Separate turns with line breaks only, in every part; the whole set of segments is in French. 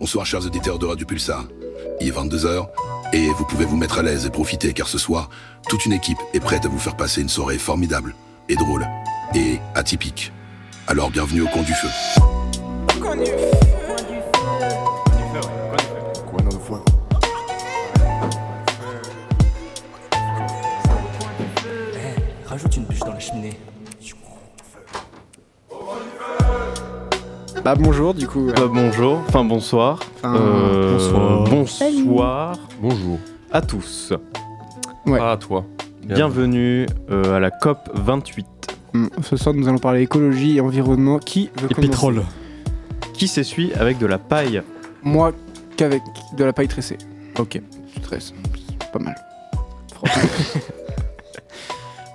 Bonsoir chers auditeurs de Radio Pulsar. Il est 22h et vous pouvez vous mettre à l'aise et profiter car ce soir, toute une équipe est prête à vous faire passer une soirée formidable et drôle et atypique. Alors bienvenue au Coin du Feu.
Rajoute une bûche dans la cheminée.
Bah bonjour du coup.
Bah, bonjour, enfin bonsoir.
Enfin,
Euh,
bonsoir.
bonsoir
Bonjour.
à tous.
Ouais.
Ah, toi.
Bienvenue euh, à la COP 28.
Hmm, Ce soir nous allons parler écologie et environnement. Qui veut
Et
commencer
pétrole.
Qui s'essuie avec de la paille
Moi qu'avec de la paille tressée.
Ok.
Tu tresses, c'est pas mal.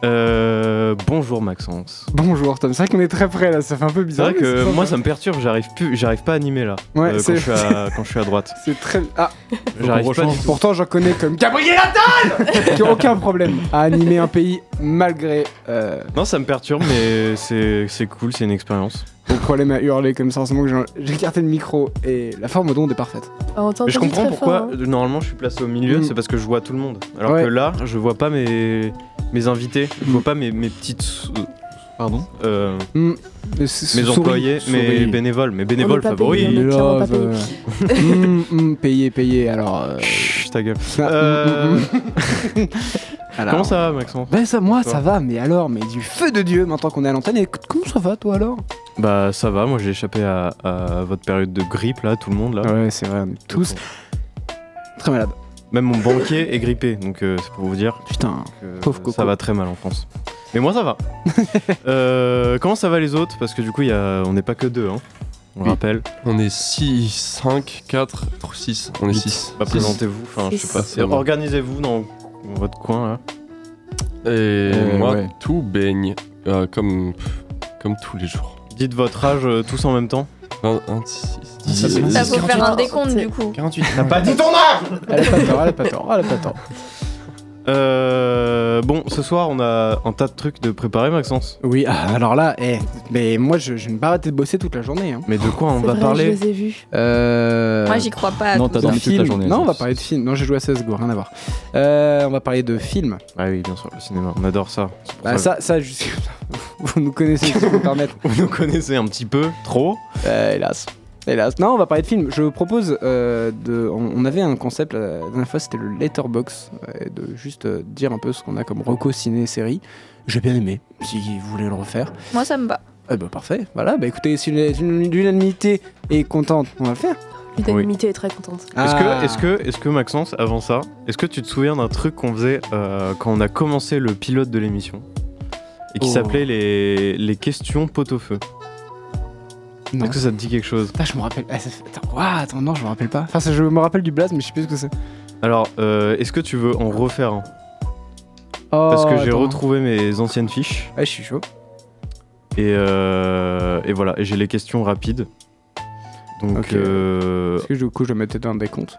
Euh, bonjour Maxence.
Bonjour Tom, c'est vrai qu'on est très près là, ça fait un peu
C'est
bizarre.
vrai
mais
que moi
sympa.
ça me perturbe, j'arrive plus, j'arrive pas à animer là.
Ouais,
euh, quand,
c'est-
je suis à, quand je suis à droite.
C'est très... Ah,
J'arrive pas. du tout.
pourtant j'en connais comme Gabriel Attal Qui ont aucun problème à animer un pays malgré... Euh,
Non, ça me perturbe, mais c'est c'est cool, c'est une expérience.
mon problème à hurler comme ça, en ce moment que j'ai- j'ai écarté le micro et la forme d'onde est parfaite.
Ah, on
Mais je
t'entendit
comprends
très
pourquoi
fort, hein.
euh, normalement je suis placé au milieu,
Mm.
c'est parce que je vois tout le monde. Alors
Ouais. Mm.
que là, je vois pas mes, mes invités, je vois pas mes, mes petites.
Pardon
euh,
Hmm, mais c'est-
mes
souris,
employés, mes
souris.
bénévoles, mes
On
bénévoles
est pas
favoris.
payés, on est clairement pas
Love, euh, hmm, hmm, payé, payé, alors... euh,
Chut, ta gueule.
ah, hmm, hmm,
Euh,
hmm. Alors.
Comment ça va, Maxence
Ben ça, moi
Toi.
ça va, mais alors, mais du feu de Dieu, maintenant qu'on est à l'antenne, écoute, comment ça va toi alors
Bah ça va, moi j'ai échappé à, à votre période de grippe là, tout le monde là. euh,
Ouais, c'est vrai, on est tous très malades.
Même mon banquier est grippé, donc euh, c'est pour vous dire
Putain,
que
Pauvre coco.
ça va très mal en France. Mais moi ça va. Euh, comment ça va les autres Parce que du coup il y a- on n'est pas que deux, hein. On
Oui.
le rappelle.
On est 6, 5, 4, 6. On est 6.
Bah, présentez-vous, enfin je sais pas.
Six.
Organisez-vous dans votre coin hein. là.
Et
Euh,
moi,
ouais.
tout baigne. euh, comme, pff, comme tous les jours.
Dites votre âge euh, tous en même temps.
26.
Ça, c'est
Ça,
dix,
faut faire un décompte du coup.
48.
T'as pas dit ton âge
elle a pas tort, elle a pas tort, elle a pas tort.
Euh, bon, ce soir, on a un tas de trucs de préparer, Maxence.
Oui, ah, alors là, eh, mais moi je, je ne pas arrêter de bosser toute la journée. Hein.
Mais de quoi on
C'est
va
vrai,
parler
Je les ai vus.
Euh...
Moi, j'y crois pas. à
non,
tout
t'as
ça.
dormi. toute la
film.
journée,
non, on va
Maxence.
parler de films. Non, j'ai joué à CSGO, rien à voir. Euh, on va parler de films.
Ah oui, bien sûr, le cinéma, on adore ça. C'est pour
Bah,
ça
ça, ça, je- vous nous connaissez sur internet.
que Vous nous connaissez un petit peu, trop.
Euh, hélas. Hélas. Non, on va parler de films. Je propose euh, de. On, on avait un concept euh, la dernière fois, c'était le letterbox, euh, de juste euh, dire un peu ce qu'on a comme reco ciné série. J'ai bien aimé. Si vous voulez le refaire,
Moi, ça me bat.
eh ben parfait. Voilà. Bah écoutez, si l'une- l'une- l'unanimité est contente, on va le faire.
L'unanimité est très contente.
Est-ce
Ah.
que, est-ce que, est-ce que Maxence, avant ça, est-ce que tu te souviens d'un truc qu'on faisait euh, quand on a commencé le pilote de l'émission et qui
Oh.
s'appelait les, les questions pot au feu
Non.
Est-ce que ça te dit quelque chose
Putain, je me rappelle. Ah, ça fait- Attends, ouah, attends, non, je me rappelle pas. Enfin, ça, je me rappelle du blaze, mais je sais plus ce que c'est.
Alors, euh, est-ce que tu veux en refaire un
Oh,
Parce que j'ai
attends.
retrouvé mes anciennes fiches
Ah, je suis chaud.
et, euh, et voilà, et j'ai les questions rapides. Donc,
Ok.
euh,
Est-ce que du coup, je vais mettre dans des comptes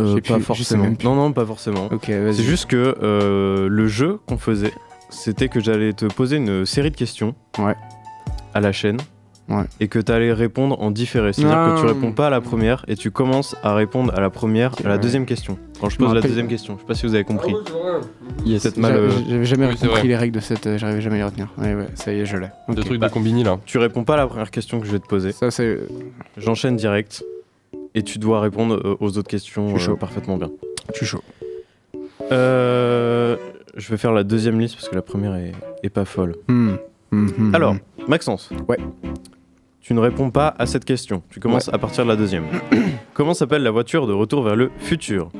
Euh,
J'ai
pas
plus- je sais
forcément.
même plus.
Non, non, pas forcément.
Ok, vas-y.
C'est juste que euh, le jeu qu'on faisait, c'était que j'allais te poser une série de questions
Ouais.
à la chaîne
Ouais.
et que tu allais répondre en différé. C'est-à-dire
Ah.
que tu réponds pas à la première et tu commences à répondre à la première,
Ok,
à la
ouais.
deuxième question. Quand je
Je me
pose la
rappelle.
deuxième question, je sais pas si vous avez compris.
Ah Yes.
Peut-être mal, euh,
J'avais- J'avais jamais
Oui, c'est
compris
vrai.
les règles de cette. euh, J'arrivais jamais à les retenir. Ouais, ouais, ça y est, je l'ai.
Le
Ok.
truc
bah.
de combini là.
Tu réponds pas à la première question que je vais te poser.
Ça, c'est.
J'enchaîne direct et tu dois répondre euh, aux autres questions
Je suis
euh,
chaud.
parfaitement bien.
Je suis chaud.
Euh, je vais faire la deuxième liste parce que la première est- est pas folle.
Hmm.
Alors, Maxence.
Mhm. Ouais.
Tu ne réponds pas à cette question. Tu commences à partir de la deuxième. Comment s'appelle la voiture de retour vers le futur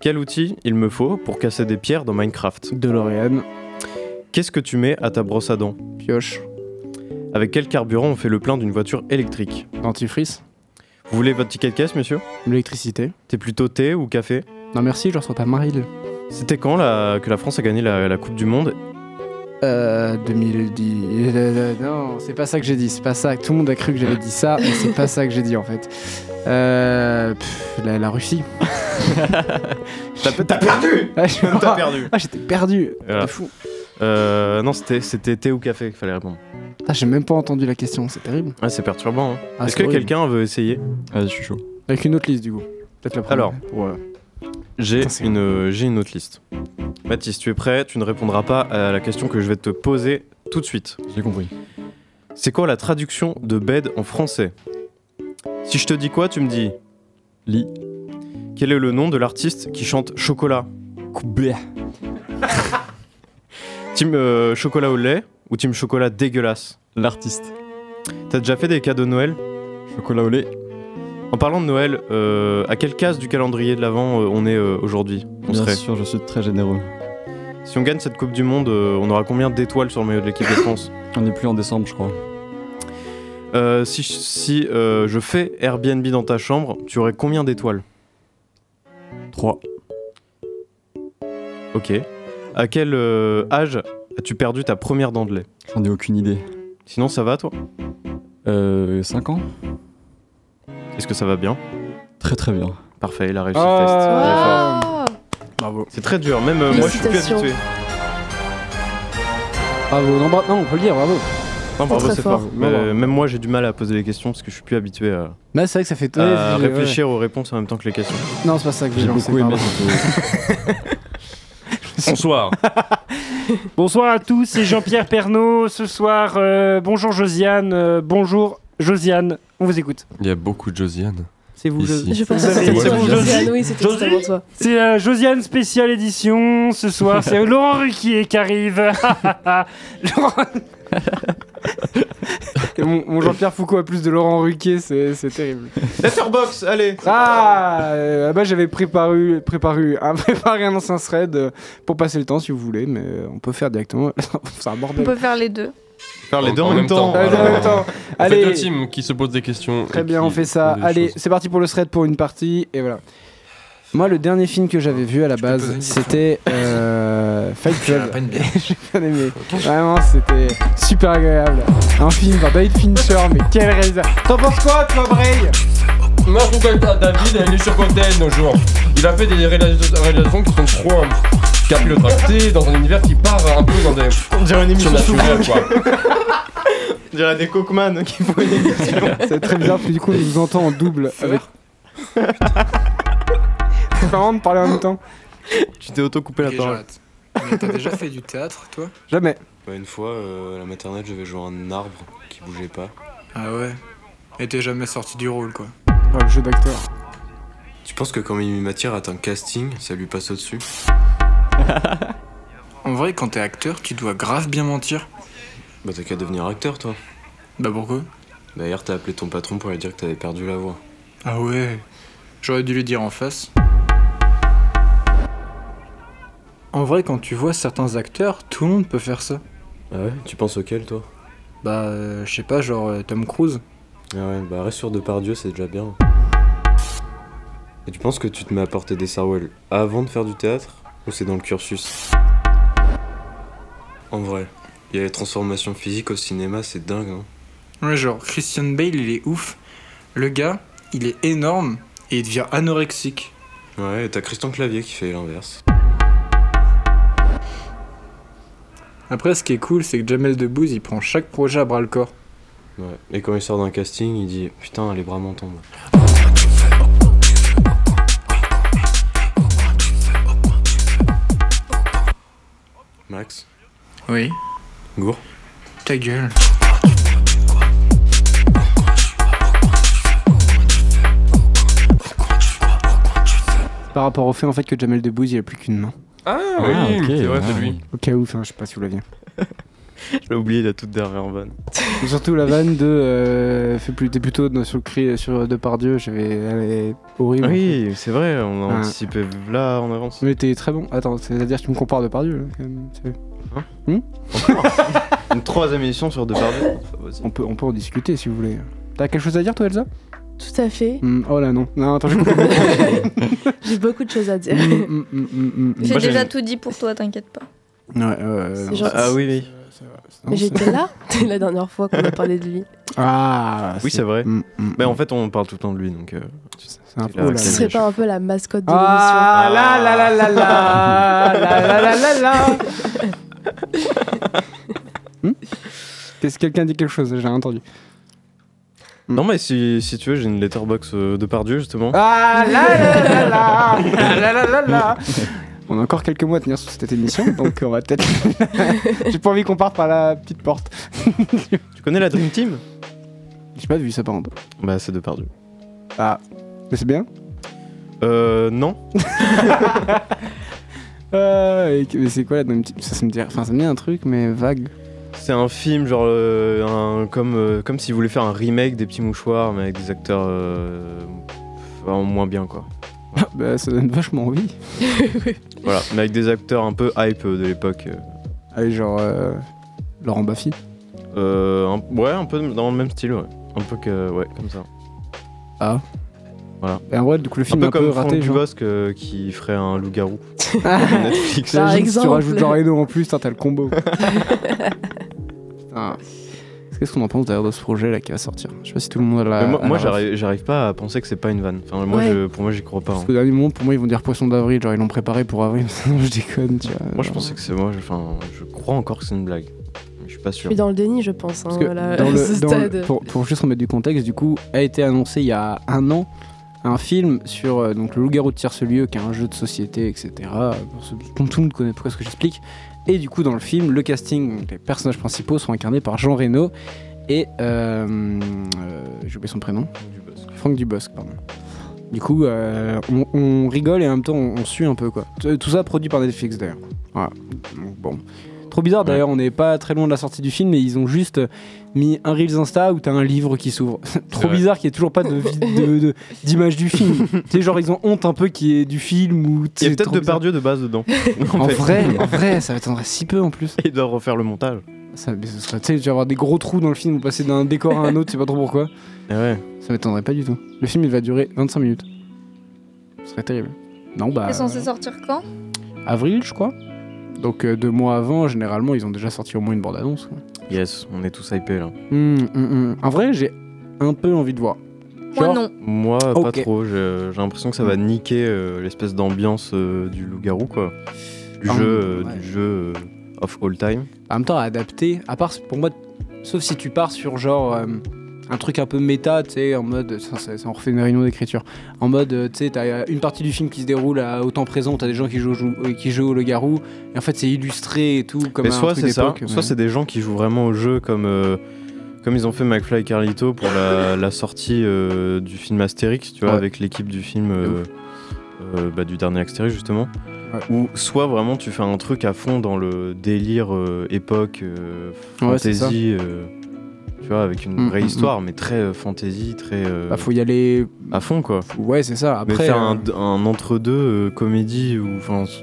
Quel outil il me faut pour casser des pierres dans Minecraft
DeLorean,
Qu'est-ce que tu mets à ta brosse à dents
pioche,
Avec quel carburant on fait le plein d'une voiture électrique
dentifrice,
Vous voulez votre ticket de caisse, monsieur
l'électricité.
T'es plutôt thé ou café
Non, merci, je reçois pas Maril.
C'était quand la- que la France a gagné la, la Coupe du Monde
Euh, 2010. euh, non, c'est pas ça que j'ai dit, c'est pas ça. Tout le monde a cru que j'avais dit ça, mais c'est pas ça que j'ai dit en fait. Euh. pff, la, la Russie.
T'as perdu
Ah, je-
T'as perdu
Ah, j'étais perdu.
Voilà.
C'est fou.
Euh, Non, c'était- c'était thé ou café qu'il fallait répondre.
Ah, j'ai même pas entendu la question, c'est terrible.
Ah, c'est perturbant. hein.
Ah,
Est-ce
c'est
que
horrible.
quelqu'un veut essayer
Ah, je suis chaud.
Avec une autre liste du coup. Peut-être la première.
Alors.
Ouais.
J'ai
Putain, c'est
une, euh, j'ai une autre liste. Mathis, tu es prêt Tu ne répondras pas à la question que je vais te poser tout de suite.
J'ai compris.
C'est quoi la traduction de bed en français Si je te dis quoi, tu me dis
Lit.
Quel est le nom de l'artiste qui chante Chocolat Team euh, Chocolat au lait ou Team Chocolat dégueulasse
L'artiste.
T'as déjà fait des cadeaux de Noël
Chocolat au lait.
En parlant de Noël, euh, à quelle case du calendrier de l'Avent euh, on est euh, aujourd'hui On
Bien
serait.
sûr, je suis très généreux.
Si on gagne cette Coupe du Monde, euh, on aura combien d'étoiles sur le maillot de l'équipe de France
On n'est plus en décembre, je crois.
Euh, Si, je- si, euh, je fais Airbnb dans ta chambre, tu aurais combien d'étoiles
3.
Ok. À quel euh, âge as-tu perdu ta première dent de lait
J'en ai aucune idée.
Sinon, ça va toi
Euh, 5 ans
Est-ce que ça va bien
Très très bien.
Parfait, il a réussi le test.
Ah.
Waouh
Bravo.
C'est très dur, même euh, moi je suis plus
Félicitations.
habitué.
Bravo. Non, bra- non, on peut le dire, bravo.
Non,
Oh, bah,
bravo,
Ah, très
c'est
fort.
fort. Mais,
Bravo.
euh, même moi j'ai du mal à poser les questions parce que je suis plus habitué à,
Bah, c'est vrai que ça fait
à
Ouais, j'ai- ouais.
réfléchir aux réponses en même temps que les questions.
Non, c'est pas ça que j'ai
J'ai
lancé.
beaucoup aimé.
pardon.
cette-
Bonsoir.
Bonsoir à tous, c'est Jean-Pierre Pernaud. Ce soir, euh, bonjour Josiane. euh, bonjour Josiane. On vous écoute.
Il y a beaucoup de Josiane.
C'est vous,
Ici.
Je pense que
C'est
c'était
moi,
extrêmement
Josiane.
Josiane, Ah oui, c'était
Josiane.
extrêmement toi.
C'est euh, Josiane spéciale édition. Ce soir, c'est Laurent Ruquier qui arrive. Laurent-
Et Mon, mon Jean-Pierre Foucault a plus de Laurent Ruquier, c'est c'est terrible.
Letterbox, allez
Ah, euh, bah, j'avais préparé, préparé, un, préparé un ancien thread euh, pour passer le temps si vous voulez, mais euh, on peut faire directement. c'est un
On
bordel.
peut faire les deux.
Faire les
En-
deux en,
en
même
même
temps.
temps.
Allez, en même temps.
Allez. deux
Allez,
teams qui se posent des questions.
très
et
bien,
qui
on fait ça.
font des
Allez,
choses.
c'est parti pour le thread pour une partie. Et voilà. Moi, le dernier film que j'avais vu à la base, c'était euh, Fight Club. J'ai bien aimé. Vraiment, c'était super agréable. Un film par David Fincher, mais quel réalisateur. T'en penses quoi, toi, Bray
Moi je trouve que David elle est surcoté de nos jours. Il a fait des réalisations réalisations qui sont trop euh, capillotractées dans un univers qui part un peu dans des
On dirait une émission
surnaturels quoi.
On dirait des Cockman qui font une émission.
C'est très bizarre, parce que du coup, on vous entend en double. Avec... C'est marrant de parler en même temps.
tu t'es auto-coupé la parole.
T'as déjà fait du théâtre, toi
Jamais.
Bah, une fois, euh, à la maternelle, j'avais joué un arbre qui bougeait pas.
Ah ouais Et t'es jamais sorti du rôle, quoi.
Enfin, le jeu d'acteur.
Tu penses que quand Mimi Matière atteint un casting, ça lui passe au-dessus
En vrai, quand t'es acteur, tu dois grave bien mentir.
Bah, t'as qu'à devenir acteur, toi.
Bah pourquoi
D'ailleurs, t'as appelé ton patron pour lui dire que t'avais perdu la voix.
Ah ouais J'aurais dû lui dire en face. En vrai, quand tu vois certains acteurs, tout le monde peut faire ça.
Ah ouais Tu penses auquel, toi
Bah, euh, je sais pas, genre euh, Tom Cruise.
Ah ouais, bah, reste sur Depardieu, c'est déjà bien. Et tu penses que tu te mets à porter des sarouels avant de faire du théâtre Ou c'est dans le cursus En vrai, il y a les transformations physiques au cinéma, c'est dingue, hein
Ouais, genre Christian Bale, il est ouf. Le gars, il est énorme et il devient anorexique.
Ouais, et t'as Christian Clavier qui fait l'inverse.
Après, ce qui est cool, c'est que Jamel Debbouze, il prend chaque projet à bras le corps.
Ouais. Et quand il sort d'un casting, il dit Putain, les bras m'en tombent. Max
Oui.
Gour
Ta gueule.
Par rapport au fait en fait que Jamel Debbouze il a plus qu'une main.
Ah,
Ah,
oui,
ok,
c'est vrai,
ah
c'est lui.
oui.
Au cas où, enfin, je sais pas si vous l'aviez.
Je l'ai oublié la toute dernière vanne.
Et Surtout la vanne de. euh, fais plus, t'es plutôt dans- sur le cri sur Depardieu, j'avais. Elle est horrible.
Oui, c'est vrai, on a
Ah.
anticipé là en avance.
Mais t'es très bon. Attends, c'est-à-dire que tu me compares à Depardieu là, hein, quand même, c'est-
Une troisième émission sur Depardieu. Enfin, vas-y.
on peut, on peut en discuter si vous voulez. T'as quelque chose à dire toi, Elsa
Tout à fait.
Hmm, Oh là non. Non, attends, je coupe.
J'ai beaucoup de choses à dire.
Hmm, hmm, hmm, hmm, hmm.
J'ai
Moi, j'ai-
déjà tout dit pour toi, t'inquiète pas.
Ouais, ouais, ouais,
C'est
non,
gentil.
Ah oui, oui.
c'est- non,
Mais
c'est-
J'étais là la dernière fois qu'on a parlé de lui.
Ah
Oui, c'est vrai.
Hmm, hmm,
Mais Bah, en fait, on parle tout le temps de lui, donc. euh,
c'est un
c'est
peu.
la-
oh là
Ce
là.
serait pas un peu la mascotte de l'émission
Ah là là là là là là là là là là Hmm Qu'est-ce que quelqu'un dit quelque chose J'ai rien entendu.
Non, mais si, si tu veux, j'ai une letterbox euh, de Pardieu, justement.
Ah là là là là Ah là là là là On a encore quelques mois à tenir sur cette émission, donc on va peut-être. J'ai pas envie qu'on parte par la petite porte.
tu connais la Dream Team
J'ai pas vu ça par contre.
Bah, c'est de Pardieu.
Ah, mais c'est bien
Euh, non.
Euh, et que- mais c'est quoi la Dream Team ça, ça me dit, enfin, ça me dit un truc, mais vague.
C'est un film, genre, euh, un- comme, euh, comme s'ils voulaient faire un remake des petits mouchoirs, mais avec des acteurs euh, vraiment moins bien, quoi.
bah, ça donne vachement envie.
Voilà, mais avec des acteurs un peu hype euh, de l'époque. euh.
Allez, genre euh, Laurent Baffy.
Euh, un- ouais, un peu dans le même style, ouais. Un peu que, ouais, comme ça.
Ah.
Voilà.
Et en vrai, du coup, le film
un
est un
peu comme
peu raté,
Franck
genre.
Dubosc euh, qui ferait un loup-garou. sur Netflix.
T'imagines Si tu rajoutes Jean Reno en plus, hein, t'as le combo. Putain. Qu'est-ce qu'on en pense d'ailleurs de ce projet là qui va sortir Je sais pas si tout le monde a la.
Mais moi,
a
moi,
la ref.
j'arrive j'arrive pas à penser que c'est pas une vanne. Enfin, moi,
Ouais.
je- pour moi, j'y crois pas. hein.
Parce qu'au dernier moment, pour moi, ils vont dire poisson d'avril, genre ils l'ont préparé pour avril, sinon je déconne, tu vois.
Moi, je pensais que c'est moi. je- Enfin, je crois encore que c'est une blague. Mais Je suis pas
Je
sûr.
suis dans le déni, je pense, hein,
Parce que
voilà,
dans
à
le-
ce
dans le-
stade.
pour, pour juste remettre du contexte, du coup, a été annoncé il y a un an un film sur euh, donc, le loup-garou de Tierce-Lieu, qui est un jeu de société, etc. Pour ceux qui- Tout le monde connaît pourquoi ce que j'explique. Et du coup, dans le film, le casting, donc, les personnages principaux sont incarnés par Jean Reno et. euh, euh, J'ai oublié son prénom. Franck Dubosc, pardon. Du coup, euh, on, on rigole et en même temps on, on suit un peu quoi. T- euh, Tout ça produit par Netflix d'ailleurs. Voilà. Donc, Bon. Trop bizarre d'ailleurs, on n'est pas très loin de la sortie du film, mais ils ont juste euh, mis un Reels Insta où t'as un livre qui s'ouvre. Trop
vrai.
bizarre qu'il n'y ait toujours pas de vi- de- de- d'image du film. tu sais, genre ils ont honte un peu qu'il y ait du film ou.
Il y a
c'est
peut-être
trop
de
bizarre.
Pardieu de base dedans.
En
fait.
vrai, en vrai, ça m'étonnerait si peu en plus.
Ils doivent refaire le montage.
Ça, mais ce serait, tu sais, tu vas avoir des gros trous dans le film, ou passer d'un décor à un autre, c'est pas trop pourquoi.
ouais.
Ça m'étonnerait pas du tout. Le film, il va durer 25 minutes. Ce serait terrible. Non, bah.
C'est censé sortir quand
Avril, je crois. Donc euh, deux mois avant, généralement, ils ont déjà sorti au moins une bande-annonce. quoi.
Yes, on est tous hypés là.
Hum, hum, hum. En vrai, j'ai un peu envie de voir. Genre-
Moi, pas
Ok. Mm.
trop. J'ai j'ai l'impression que ça va niquer euh, l'espèce d'ambiance euh, du loup-garou, quoi. Du
Ah,
jeu, euh,
ouais.
du jeu euh, of all time.
En même temps, à adapter, à part pour moi, sauf si tu pars sur genre euh, un truc un peu méta, tu sais, en mode, ça, ça- ça, on refait une réunion d'écriture, en mode, euh, tu sais, t'as euh, une partie du film qui se déroule à, au temps présent, t'as des gens qui jouent, au jou- euh, qui jouent le garou, et en fait c'est illustré et tout, comme
Mais
un
soit
truc
c'est ça,
d'époque,
soit
mais-
c'est des gens qui jouent vraiment au jeu comme, euh, comme ils ont fait McFly et Carlito pour la, la sortie euh, du film Astérix, tu vois,
Ouais.
avec l'équipe du film euh, euh, bah, du dernier Astérix justement. Ou soit vraiment tu fais un truc à fond dans le délire euh, époque, euh,
Ouais, c'est ça.
fantasy, euh, tu vois, avec une
Mm,
vraie
mm,
histoire, mais très euh, fantasy, très. euh,
Bah, faut y aller.
À fond quoi.
Ouais, c'est ça. Après,
mais faire
euh,
un, un entre-deux euh, comédie ou enfin s-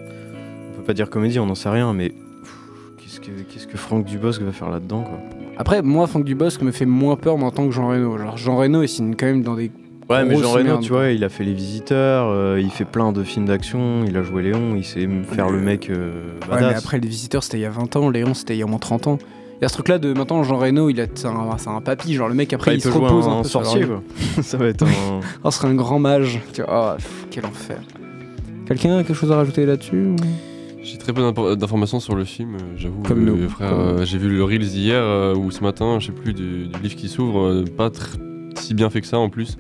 on peut pas dire comédie, on n'en sait rien, mais pff, qu'est-ce que qu'est-ce que Franck Dubosc va faire là-dedans quoi
Après, moi, Franck Dubosc me fait moins peur maintenant que Jean Reno. Genre, Jean Reno, il signe quand même dans des.
Ouais, mais
grosses
Jean Reno,
merdes,
tu
quoi.
vois, il a fait Les Visiteurs, euh, il fait plein de films d'action, il a joué Léon, il sait m- faire le mec euh,
Ouais,
badass.
mais après, Les Visiteurs, c'était il y a 20 ans, Léon, c'était il y a au moins 30 ans. Il y a ce truc-là de maintenant, Jean Reno, il a c'est un, c'est un papy. Genre, le mec, après,
Bah,
il,
il
se
peut jouer
repose
un-
un,
un
peu. sur leur
sorcier,
lieu.
quoi. Ça va être un-
Oh, ce serait un grand mage. Tu vois, oh, pff, quel enfer. Quelqu'un a quelque chose à rajouter là-dessus ou-
J'ai très peu d'infor- d'informations sur le film, euh, j'avoue.
Comme
euh,
nous.
Frère,
Comme
euh,
nous.
j'ai vu le Reels hier euh, ou ce matin, je sais plus, du, du livre qui s'ouvre, euh, pas tr- si bien fait que ça en plus.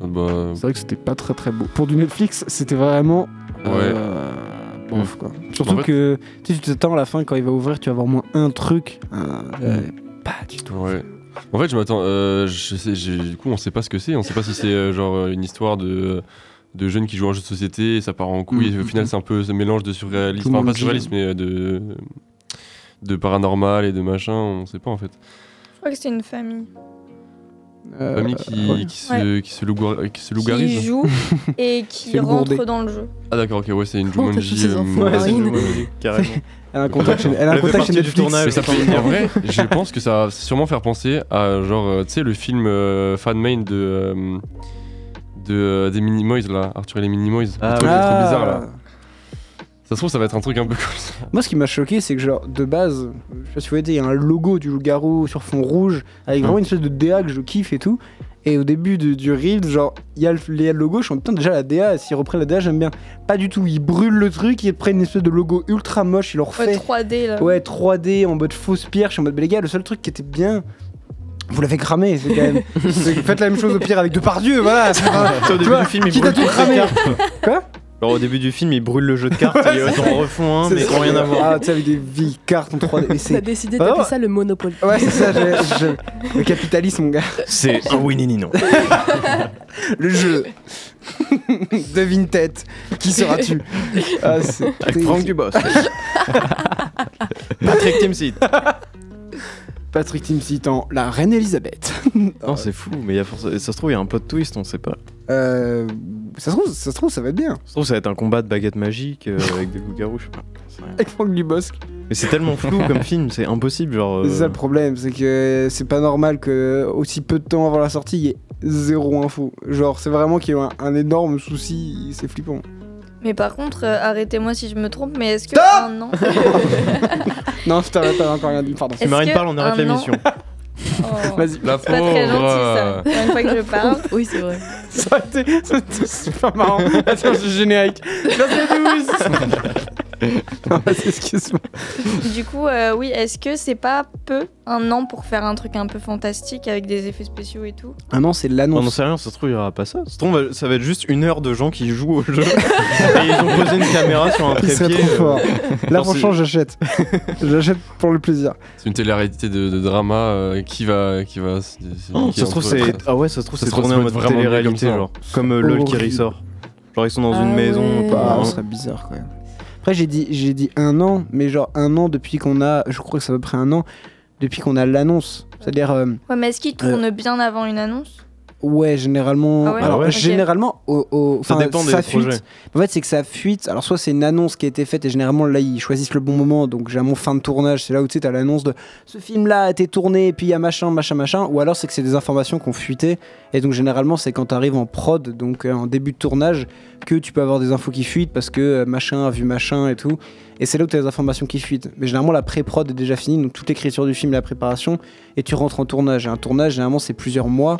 Euh, Bah,
C'est vrai que c'était pas très très beau. Pour du Netflix, c'était vraiment. euh,
Ouais.
bof, quoi. Surtout
En fait-
que tu sais, tu t'attends à la fin quand il va ouvrir, tu vas avoir au moins un truc. Un- euh, pas du tout.
Ouais. En fait, je m'attends. euh, je sais- j'ai- du coup, on sait pas ce que c'est. On sait pas si c'est euh, genre euh, une histoire de de jeunes qui jouent à un jeu de société et ça part en couille.
Mm,
et
mm,
au final,
mm.
c'est un peu ce mélange de
Tout
surréalisme,
le
enfin,
monde
pas
dit.
surréalisme, mais euh, de de paranormal et de machin. On sait pas en fait.
Je crois que c'est une famille.
Euh,
Famille qui,
ouais.
qui se qui se loup- qui se lougarise.
Qui joue et qui
fait le
rentre
gourdé.
dans le jeu.
Ah d'accord, ok, ouais, c'est une
Comment t'as tous
Jumanji.
ces
euh,
enfants,
mauvaise
Marine
Jumanji.
Carrément.
Elle a un contact chez, elle a un
Elle fait
contact chez
partie du
Netflix.
tournage.
Mais ça
Putain.
fait- en vrai, je pense que ça va sûrement faire penser à genre, euh, tu sais, le film euh, fan main de. euh, de euh, des Minimoys là, Arthur et les Minimoys.
Ah
le truc
ouais.
est trop bizarre
Ah.
là. Ça se trouve, ça va être un truc un peu comme ça.
Moi, ce qui m'a choqué, c'est que, genre, de base, je sais pas si vous voyez, il y a un logo du loup-garou sur fond rouge, avec vraiment une espèce de DA que je kiffe et tout. Et au début du, du reel, genre, il y, a le il y a le logo, je suis en putain, déjà la DA, s'ils reprennent la DA, j'aime bien. Pas du tout, ils brûlent le truc, ils prennent une espèce de logo ultra moche, ils le
Ouais,
refait.
3D là.
Ouais, 3D en mode fausse pierre, je suis en mode, mais les gars, le seul truc qui était bien, Vous l'avez cramé, c'est quand même. c'est- Faites la même chose au pire avec Depardieu, voilà. c'est pas-
Au
tu
début
vois,
du film, il
quitte à
brûle
tout
le jeu de
cramer.
cartes.
Quoi
Alors, au début du film, il brûle le jeu de cartes et euh, ils en refont un,
C'est
mais qui
ça.
ont rien à voir.
Ah, tu sais, avec des vieilles cartes en 3D. mais
On a
c'est-
décidé
Ah,
d'appeler
ouais.
ça le monopole.
Ouais, c'est ça, je- je- le capitalisme, mon gars.
C'est un Wininino.
Le jeu. Devine tête. Qui seras-tu ah, c'est-
Avec Franck Dubos. Patrick Timsit.
Patrick Timsitan, la reine Elisabeth.
Non, c'est fou, mais il y a forcément- ça se trouve, il y a un pot de twist, on sait pas.
Euh, ça, se trouve, ça se trouve, ça va être bien.
Ça se trouve, ça va être un combat de baguette magique euh, avec des loups-garous, je sais pas. C'est vrai.
Avec Franck Dubosc.
Mais c'est tellement flou comme film, c'est impossible, genre.
C'est ça
euh,
le problème, c'est que c'est pas normal que aussi peu de temps avant la sortie, il y ait zéro info. Genre, c'est vraiment qu'il y a eu un, un énorme souci, c'est flippant.
Mais par contre, euh, arrêtez-moi si je me trompe, mais est-ce que. un an
Non, putain, là, t'as encore rien dit, pardon.
Est-ce Marine que parle, on arrête un an- l'émission. Oh,
Vas-y.
La euh,
C'est pas très gentil ça. Une fois que je parle.
Oui, c'est vrai.
Ça a été, ça a été super marrant. Attends, c'est générique. Merci à tous. Non, vas-y, Excuse-moi.
Du coup, euh, oui, est-ce que c'est pas peu un an pour faire un truc un peu fantastique avec des effets spéciaux et tout
Ah non, c'est
On n'en
l'annonce.
sait rien, ça se trouve, il y aura pas ça. Ça se trouve, on va- ça va être juste une heure de gens qui jouent au jeu. et ils ont posé une caméra sur un
Il
trépied.
serait trop
euh,
fort. Là,
Non, c'est-
franchement, j'achète. J'achète pour le plaisir.
C'est une télé-réalité de, de drama euh, qui va. Qui va se- se-
Oh,
qui
ça se trouve,
entre-
c'est. Ah ouais, ça se trouve,
Ça
c'est
se trouve,
tourné
ça
en
peut être
mode
vraiment nul comme
télé-réalité,
ça.
genre. Comme euh, LOL qui
Horrible.
ressort. Genre, ils sont dans
Ah
une maison.
ouais.
pas-
Ah,
Ah,
ce serait bizarre quand même. Après, j'ai dit, j'ai dit un an, mais genre un an depuis qu'on a, je crois que c'est à peu près un an, depuis qu'on a l'annonce. C'est-à-dire, euh,
Ouais, mais est-ce qu'ils tournent bien avant une annonce
ouais, généralement.
Ah ouais
alors,
Ah ouais
généralement, au, au-
Ça
enfin,
dépend des
fuite.
projets.
En fait, c'est que ça fuite. Alors, soit c'est une annonce qui a été faite, et généralement, là, ils choisissent le bon moment. Donc, généralement, fin de tournage, c'est là où tu sais, t'as l'annonce de ce film-là a été tourné, et puis il y a machin, machin, machin. Ou alors, c'est que c'est des informations qu'on fuité. Et donc, généralement, c'est quand t'arrives en prod, donc euh, en début de tournage, que tu peux avoir des infos qui fuitent parce que euh, machin a vu machin et tout. Et c'est là où tu as les informations qui fuitent. Mais généralement, la pré-prod est déjà finie, donc toute l'écriture du film, la préparation, et tu rentres en tournage. Et un tournage, généralement, c'est plusieurs mois.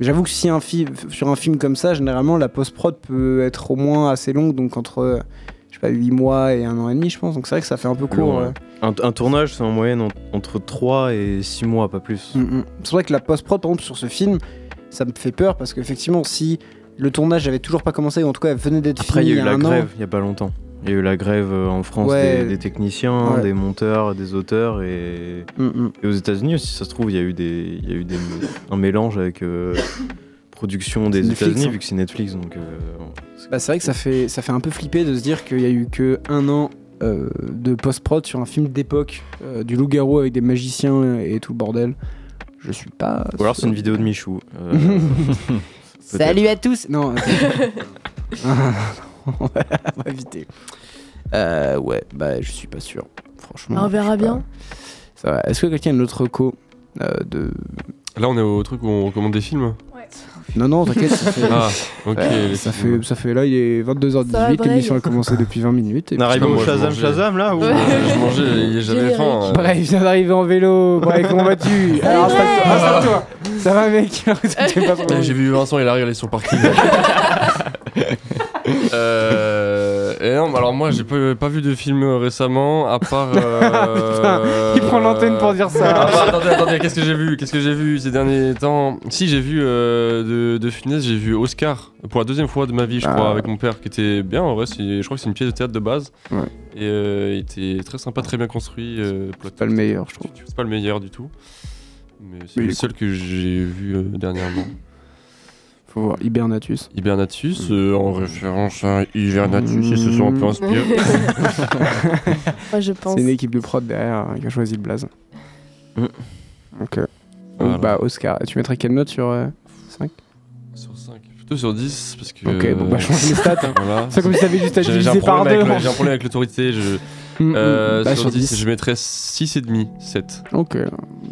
Mais j'avoue que si un film, sur un film comme ça, généralement, la post-prod peut être au moins assez longue, donc entre, euh, je sais pas, 8 mois et un an et demi, je pense. Donc c'est vrai que ça fait un peu court. euh.
Long,
ouais.
ouais. Un, un tournage, c'est en moyenne en- entre 3 et 6 mois, pas plus.
Mm, mm. C'est vrai que la post-prod, par exemple, sur ce film, ça me fait peur parce qu'effectivement, si le tournage n'avait toujours pas commencé, ou en tout cas, elle venait d'être
Après,
finie
il y a eu
un
la
an.
grève, il y a pas longtemps. Il y a eu la grève euh, en France
Ouais.
des, des techniciens,
Ouais.
des monteurs, des auteurs et,
Mm, mm.
et aux États-Unis aussi, ça se trouve, il y a eu, des, il y a eu des- un mélange avec euh, production des
C'est Netflix,
États-Unis,
hein.
vu que c'est Netflix. Donc, euh, c'est-
Bah, c'est vrai que ça fait, ça fait un peu flipper de se dire qu'il y a eu que un an euh, de post-prod sur un film d'époque, euh, du loup-garou avec des magiciens et tout le bordel. Je suis pas.
Ou alors, c'est une vidéo de Michou. euh, peut-être.
Salut à tous Non. euh, on va on va éviter. Euh, ouais, bah je suis pas sûr. Franchement.
On verra
je suis pas-
bien.
Ça va. Est-ce que quelqu'un a une autre co euh, de...
Là, on est au truc où on recommande des films.
Non, non, t'inquiète, ça fait.
Ah, ok.
euh,
les
ça,
films.
fait, ça fait là, il est
Ça va,
22h18,
Brel.
l'émission a commencé depuis 20 minutes. et
On arrive
Putain,
au
moi, je
Shazam
mangeais.
Shazam là ou...
Je mangeais- je mangeais, il y a jamais
Générique.
faim. euh.
Bref, il vient d'arriver en vélo. Bref, comment vas-tu Alors, installe-toi. installe-toi. Ça va, mec T'es pas trop
Putain, Ah, J'ai vu Vincent, il arrive, il est sur le parking. euh, et non, mais alors moi, j'ai pas, pas vu de film euh, récemment, à part. euh,
Il prend l'antenne pour dire
Ah
ça.
bah, attendez, attendez, qu'est-ce que j'ai vu Qu'est-ce que j'ai vu ces derniers temps Si j'ai vu euh, de, de Funès, j'ai vu Oscar pour la deuxième fois de ma vie, je
Ah.
crois, avec mon père, qui était bien en vrai. c'est- Je crois que c'est une pièce de théâtre de base.
Ouais.
Et euh, il était très sympa, très bien construit. euh, plot-
pas le meilleur, je trouve.
C'est pas le meilleur du tout. Mais c'est
Mais il
le
est
seul que j'ai vu euh, dernièrement.
Faut voir Hibernatus.
Hibernatus,
Mm.
euh, en référence à Hibernatus, ils se sont un peu inspirés.
Moi, je
C'est
pense.
une équipe de prod derrière hein, qui a choisi le blaze.
Mm.
Donc, euh,
Voilà.
donc, bah, Oscar, tu mettrais quelle note sur euh, 5
Sur 5, plutôt sur 10, parce que.
Ok, bon, bah, change les stats.
Voilà.
C'est comme si t'avais juste à
J'ai j'ai Euh, un
diviser par
problème
deux.
avec le- j'ai un problème avec l'autorité. Je...
Mm, mm.
Euh,
Bah,
sur, 10, je mettrais 6,5, 7.
Ok,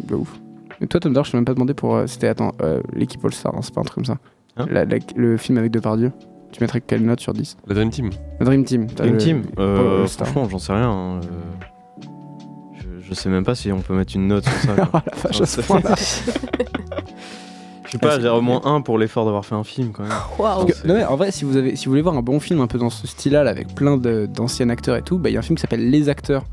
de ouf. Et toi, Tom Dar, je t'ai même pas demandé pour. euh, C'était, attends, euh, l'équipe All-Star, hein, c'est pas un truc comme ça.
Hein
La- la- le film avec Depardieu, tu mettrais quelle note sur 10
La Dream Team.
Dream Team. t'as
Dream
le-
Team
Paul
euh,
All-Star.
Franchement, j'en sais rien. hein, euh, Je, je sais même pas si on peut mettre une note sur ça. quoi.
Ah la vache, à ce point-là.
Je sais pas, j'ai au moins un pour l'effort d'avoir fait un film quand même.
Waouh.
Parce que- non, mais en vrai, si vous, avez, si vous voulez voir un bon film un peu dans ce style-là, là, avec plein de- d'anciens acteurs et tout, bah, il y a un film qui s'appelle Les Acteurs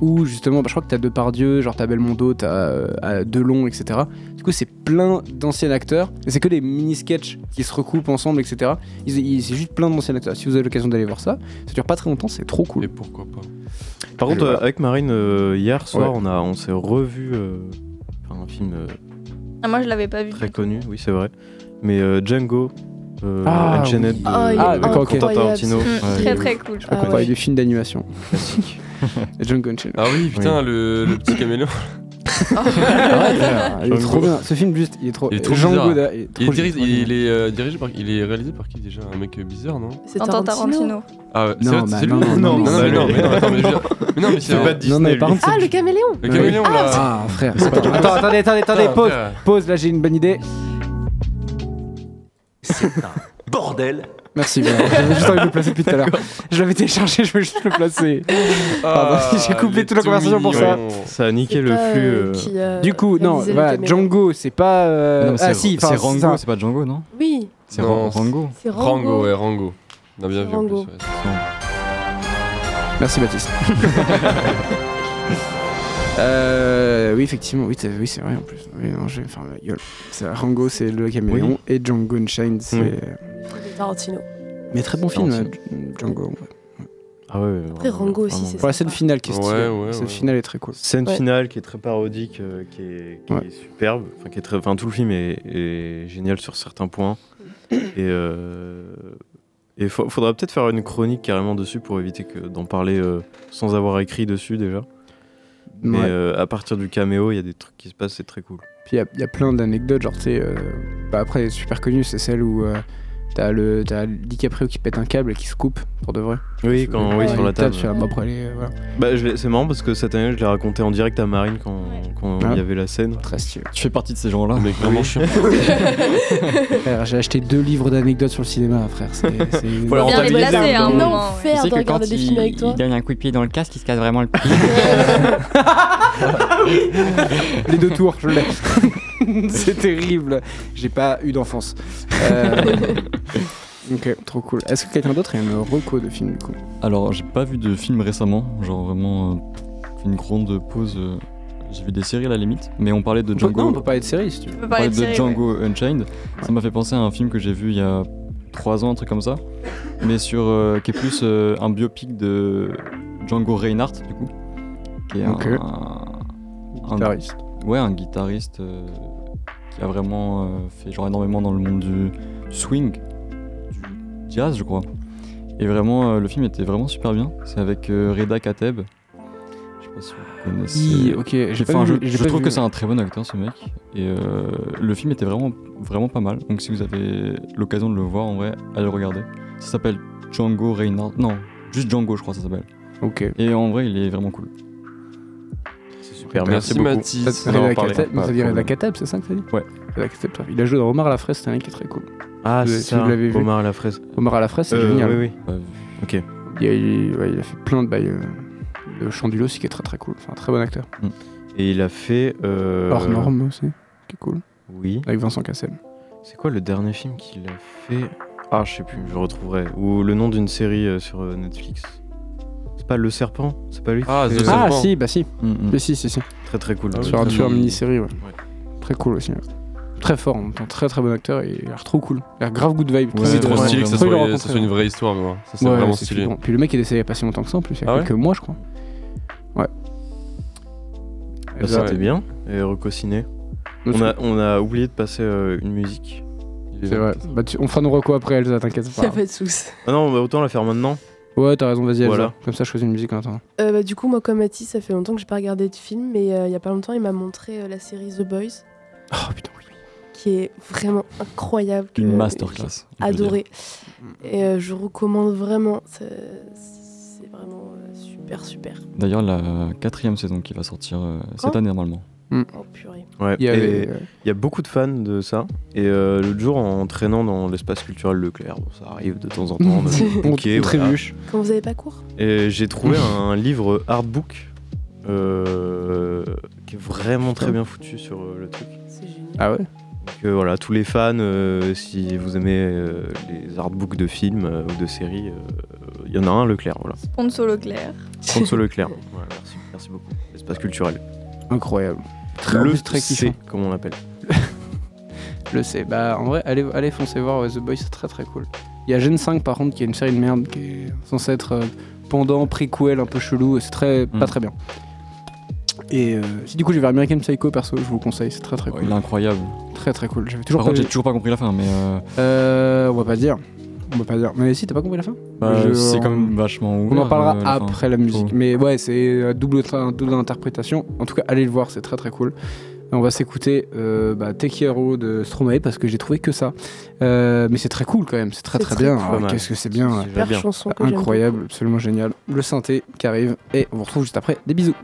où justement, bah, je crois que t'as Depardieu, genre t'as Belmondo, t'as euh, euh, Delon, etc. Du coup, c'est plein d'anciens acteurs, mais c'est que des mini-sketchs qui se recoupent ensemble, etc. Ils- ils- C'est juste plein d'anciens acteurs. Si vous avez l'occasion d'aller voir ça, ça dure pas très longtemps, c'est trop cool. Et
pourquoi pas
Par contre,
Voilà.
euh, avec Marine, euh, hier soir,
Ouais.
on, a- on s'est revu euh, enfin, un film euh,
Ah, moi, je l'avais pas vu.
très connu, oui, c'est vrai. Mais euh, Django, euh,
Ah,
Unchained
oui.
de-
Ah, il est
euh,
incroyable,
Quentin Tarantino.
ce film. Très,
oui,
très
oui.
cool.
Je crois
Ah
qu'on
ouais.
parlait du film d'animation. Et John Gunchen.
Ah oui, putain, le, le petit caméléon.
Ah, il est
Django.
trop bien. Ce film, juste, il est trop.
Il est trop
Jean
bizarre.
Goda, il est
Il
trop
est dirigé-
génial.
il est, euh, dirigé par- il est réalisé par qui déjà Un mec euh, bizarre, non
C'est Quentin Tarantino.
Ah, ouais,
Non,
c'est
bah
c'est lui
non,
non,
non, non,
mais
c'est
non,
lui.
mais non, attends, mais je veux dire- mais non, mais c'est
Non,
pas
mais
Disney.
par
lui.
contre, c'est-
Ah, le caméléon
Le caméléon, là. Ah,
Ah, frère, c'est pas
Attends,
John- Attends, attendez, attendez, attendez,
Putain,
pause.
frère.
Pause, là j'ai une bonne idée.
Bordel
Merci, voilà. J'avais juste envie de le placer depuis tout à l'heure. Je l'avais téléchargé, je veux juste le placer. Pardon,
Ah,
j'ai
il est
coupé toute la
tout
conversation pour ça.
mignon. Ça a niqué le flux. euh.
Du coup, non,
réalisé le
voilà,
caméléon.
Django, c'est pas. euh,
Non, mais
ah
c'est-
si,
c'est
enfin,
Rango,
ça.
c'est pas Django, non
Oui.
C'est
Non,
Ran- Rango.
C'est Rango.
Rango, ouais, Rango. On a bien vu en plus.
Rango.
ouais.
Merci Baptiste. Euh, oui, effectivement, oui, c'est oui, c'est vrai en plus. Oui, non, j'ai fermé la gueule. C'est Rango, c'est le caméléon, et Django Unchained, c'est.
Oui.
euh, Tarantino.
Mais très bon
C'est
film,
gentil.
euh, Django. en vrai.
Ah ouais, ouais,
Après,
vraiment,
Rango aussi,
vraiment.
c'est
Pour la scène finale qui est stylée.
Ouais, ouais,
Cette
ouais.
finale est très cool.
Scène
Ouais.
finale qui est très parodique, euh, qui, est, qui
Ouais.
est superbe. Enfin, qui est très, enfin, tout le film est, est génial sur certains points. Et euh, et fa- faudra peut-être faire une chronique carrément dessus pour éviter que d'en parler euh, sans avoir écrit dessus déjà. Mais
Ouais.
euh, à partir du caméo, il y a des trucs qui se passent, c'est très cool.
Puis il y, a plein d'anecdotes, genre, tu sais, euh, bah, après, super connue, c'est celle où euh, t'as le t'as DiCaprio qui pète un câble et qui se coupe, pour de vrai.
Oui, quand, oui,
Il
sur la
tape
table.
sur la- bah, après, les- euh, voilà.
Bah, je l'ai- c'est marrant parce que cette année, je l'ai raconté en direct à Marine quand, quand il
Ah.
y avait la scène.
Très stylé.
Tu fais partie de ces gens-là.
Mais vraiment chiant.
Frère, J'ai acheté deux livres d'anecdotes sur le cinéma, frère. c'est- c'est-
Faut la rentabiliser.
placer, hein,
au bout d'un
un
moment.
enfer
Tu sais
de
que quand
regarder des films
il-
avec toi.
Il donne un coup de pied dans le casque, il se casse vraiment le pied.
Les deux tours, je l'ai. c'est terrible. J'ai pas eu d'enfance. Euh, Ok, trop cool. Est-ce que quelqu'un d'autre a une reco de film du coup
Alors, j'ai pas vu de film récemment, genre vraiment euh, fait une grande pause. euh, J'ai vu des séries à la limite, mais on parlait de
On peut-
Django.
non, on peut parler de série si tu veux.
On
peut
parlait
parler
de,
de série,
Django Unchained. Ça m'a fait penser à un film que j'ai vu il y a 3 ans, un truc comme ça, mais sur euh, qui est plus euh, un biopic de Django Reinhardt, du coup, qui est un-
Ok.
un,
Guitariste.
ouais, un guitariste euh, qui a vraiment euh, fait genre énormément dans le monde du swing, du jazz, je crois. Et vraiment, euh, le film était vraiment super bien. C'est avec euh, Reda Kateb. Je sais pas si vous connaissez.
Hi, ok, j'ai
Enfin,
pas vu-
je,
j'ai
je
pas
trouve
vu.
que c'est un très bon acteur, ce mec. Et euh, le film était vraiment, vraiment pas mal. Donc, si vous avez l'occasion de le voir, en vrai, allez le regarder. Ça s'appelle Django Reinhardt. Non, juste Django, je crois, que ça s'appelle.
Ok.
Et en vrai, il est vraiment cool. C'est
super, merci beaucoup.
T'as- t'as dit Reda Kateb, mais t'as dit Reda
la
Kateb, c'est ça que t'as dit
Ouais.
Reda Kateb, toi. Il a joué dans Omar à la fraise, c'est un mec qui est très cool.
Ah,
Vous-
c'est
si vous
ça,
l'avez vu.
Omar à la fraise.
Omar à la fraise, c'est
Euh,
génial.
oui, oui. Ok.
Il a, il- ouais, il a fait plein de bails. euh, Le chant du lot aussi qui est très très cool. Enfin, un très bon acteur.
Et il a fait. euh,
Hors norme aussi, qui est cool.
Oui.
Avec Vincent Cassel.
C'est quoi le dernier film qu'il a fait Ah, je sais plus, je retrouverai. Ou le nom d'une série euh, sur euh, Netflix. C'est pas Le Serpent C'est pas lui qui
Ah,
fait-
The
Ah,
Serpent.
si, bah si.
Mm,
Si,
mm.
si, si, si.
Très très cool.
sur un tueur mini-série, ouais.
Ouais.
Très cool aussi. ouais. Très fort, en même temps, très très bon acteur et il a l'air trop cool. Il a l'air grave good vibe.
Ouais,
C'est trop
ouais,
stylé que ça
Faut le
soit,
rencontrer,
ça soit une
ouais.
vraie histoire, quoi. Ça, c'est
Ouais,
vraiment
c'est
stylé.
flippant. Puis le mec est décédé il y a pas si longtemps que ça en plus, il y a
Ah ouais
quelques mois je crois. Ouais.
Bah, C'était bien. Et recociné.
Nous,
On
c'est
a, on a oublié de passer euh, une musique.
C'est vrai. Bah, tu- on fera nos recos après Elsa, t'inquiète c'est pas.
Y'a
grave.
pas de soucis.
Ah non, bah, autant la faire maintenant.
Ouais, t'as raison, vas-y Elsa.
Voilà.
Comme ça, je choisis une musique en attendant.
Euh, bah, du coup, moi, comme Mathis, ça fait longtemps que j'ai pas regardé de film, mais euh, il y a pas longtemps, il m'a montré euh, la série The Boys.
Oh putain, oui.
qui est vraiment incroyable. que
Une masterclass.
j'ai Adoré.
Mm.
Et euh, je recommande vraiment. C'est c'est vraiment euh, super, super.
D'ailleurs, la quatrième saison qui va sortir euh, cette
Quand
année normalement.
Oh purée.
Ouais,
Il y
et
avait, euh,
il y a beaucoup de fans de ça. Et euh, l'autre jour, en traînant dans l'espace culturel Leclerc, bon, ça arrive de temps en temps. de-
On-
Ok,
on
voilà.
trébuche.
Quand vous avez pas cours
Et j'ai trouvé un livre artbook euh, qui est vraiment très bien foutu sur euh, le truc.
C'est génial.
Ah ouais
Donc euh, voilà, tous les fans, euh, si vous aimez euh, les artbooks de films euh, ou de séries, euh, il y en a un Leclerc. Voilà.
Ponceau Leclerc.
Sponsor Leclerc. Voilà, merci, merci. Merci beaucoup. L'espace culturel.
Incroyable. en
le
plus, très
C,
kiffant.
comme on l'appelle.
Le sais. Bah, en vrai, allez, allez foncez voir ouais, The Boys, c'est très très cool. Il y a Gen 5 par contre, qui est une série de merde, qui est censée être euh, pendant, préquel, un peu chelou, et c'est très, pas très bien. Et euh, si du coup j'ai vu American Psycho perso, je vous conseille, c'est très très cool.
Oh, Il est incroyable.
Très très cool. J'avais toujours
Par contre,
pas
j'ai
vu.
toujours pas compris la fin, mais euh,
Euh, on va pas dire. On va pas dire. Mais si, t'as pas compris la fin
bah,
Je-
c'est quand
on-
même vachement
euh, On
ouvert,
en parlera
euh, la fin.
après la musique.
Faut-
Mais ouais, c'est euh, double, tra- double interprétation. En tout cas, allez le voir, c'est très très cool. Et On va s'écouter euh, bah, Take Hero de Stromae parce que j'ai trouvé que ça. Euh, mais c'est très cool quand même, c'est très
C'est
très,
très
bien.
cool.
Ah,
Pas mal.
Qu'est-ce que c'est bien.
C'est super
ouais.
chanson que j'aime
Incroyable, absolument génial. Le synthé qui arrive et on vous retrouve juste après. Des bisous.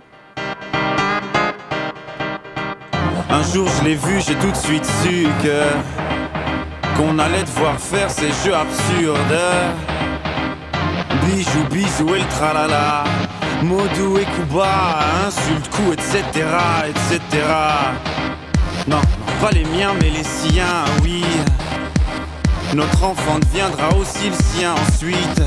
Un jour je l'ai vu, j'ai tout de suite su que qu'on allait devoir faire ces jeux absurdes. Bijou, bisou et le tralala. Modou et Kuba, insulte, coup, etc., etc. Non, non, pas les miens, mais les siens, oui. Notre enfant deviendra aussi le sien ensuite.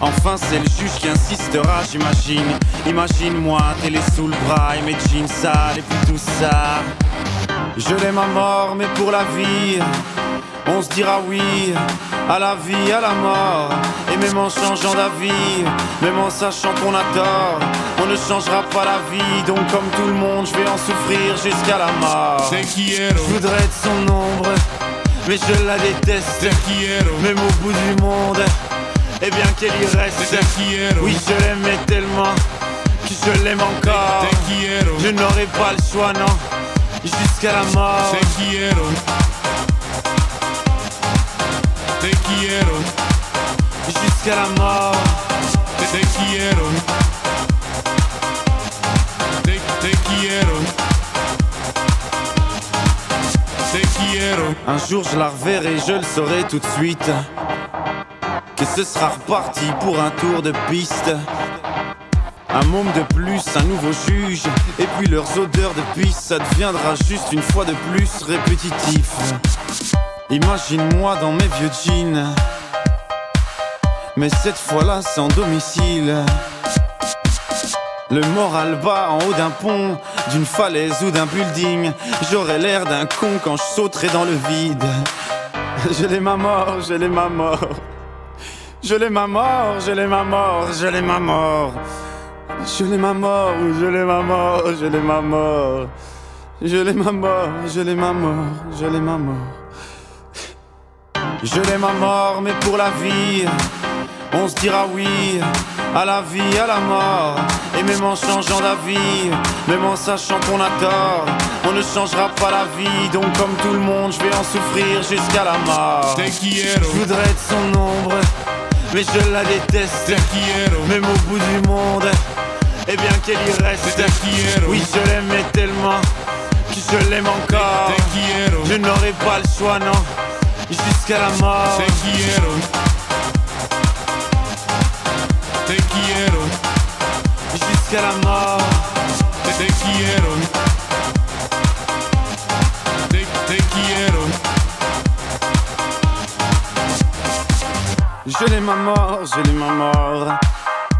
Enfin, c'est le juge qui insistera, j'imagine. Imagine-moi, télé sous le bras et mes jeans sales et puis tout ça. Je l'aime à mort, mais pour la vie, on se dira oui à la vie, à la mort. Et même en changeant d'avis, même en sachant qu'on a tort, on ne changera pas la vie. Donc, comme tout le monde, je vais en souffrir jusqu'à la mort. Je voudrais être son ombre, mais je la déteste. Même au bout du monde, et bien qu'elle y reste. Oui, je l'aimais tellement que je l'aime encore. Je n'aurai pas le choix, non, jusqu'à la mort. Jusqu'à la mort. Un jour je la reverrai, je le saurai tout de suite. Que ce sera reparti pour un tour de piste. Un môme de plus, un nouveau juge. Et puis leurs odeurs de piste, ça deviendra juste une fois de plus répétitif. Imagine-moi dans mes vieux jeans. Mais cette fois-là sans domicile. Le moral bas en haut d'un pont, d'une falaise ou d'un building. J'aurais l'air d'un con quand je sauterai dans le vide. Je l'ai ma mort, je l'ai ma mort. Je l'ai ma mort, je l'ai ma mort, je l'ai ma mort. Je l'ai ma mort, je l'ai ma mort, je l'ai ma mort. Je l'ai ma mort, je l'ai ma mort, je l'ai ma mort. Je l'aime à mort, mais pour la vie, on se dira oui à la vie, à la mort.
Ah.
Et même en changeant d'avis, même en sachant qu'on a tort, on ne changera pas la vie. Donc, comme tout le monde, je vais en souffrir jusqu'à la mort. Je voudrais être son ombre, mais je la déteste. Même au bout du monde, et bien qu'elle y reste. Oui, je l'aimais tellement que je l'aime encore. Je n'aurai pas le choix, non jusqu'à la mort. Te quiero. Te quiero. Jusqu'à la mort. Te quiero. Te, te quiero. Je l'ai ma mort, je l'ai ma mort.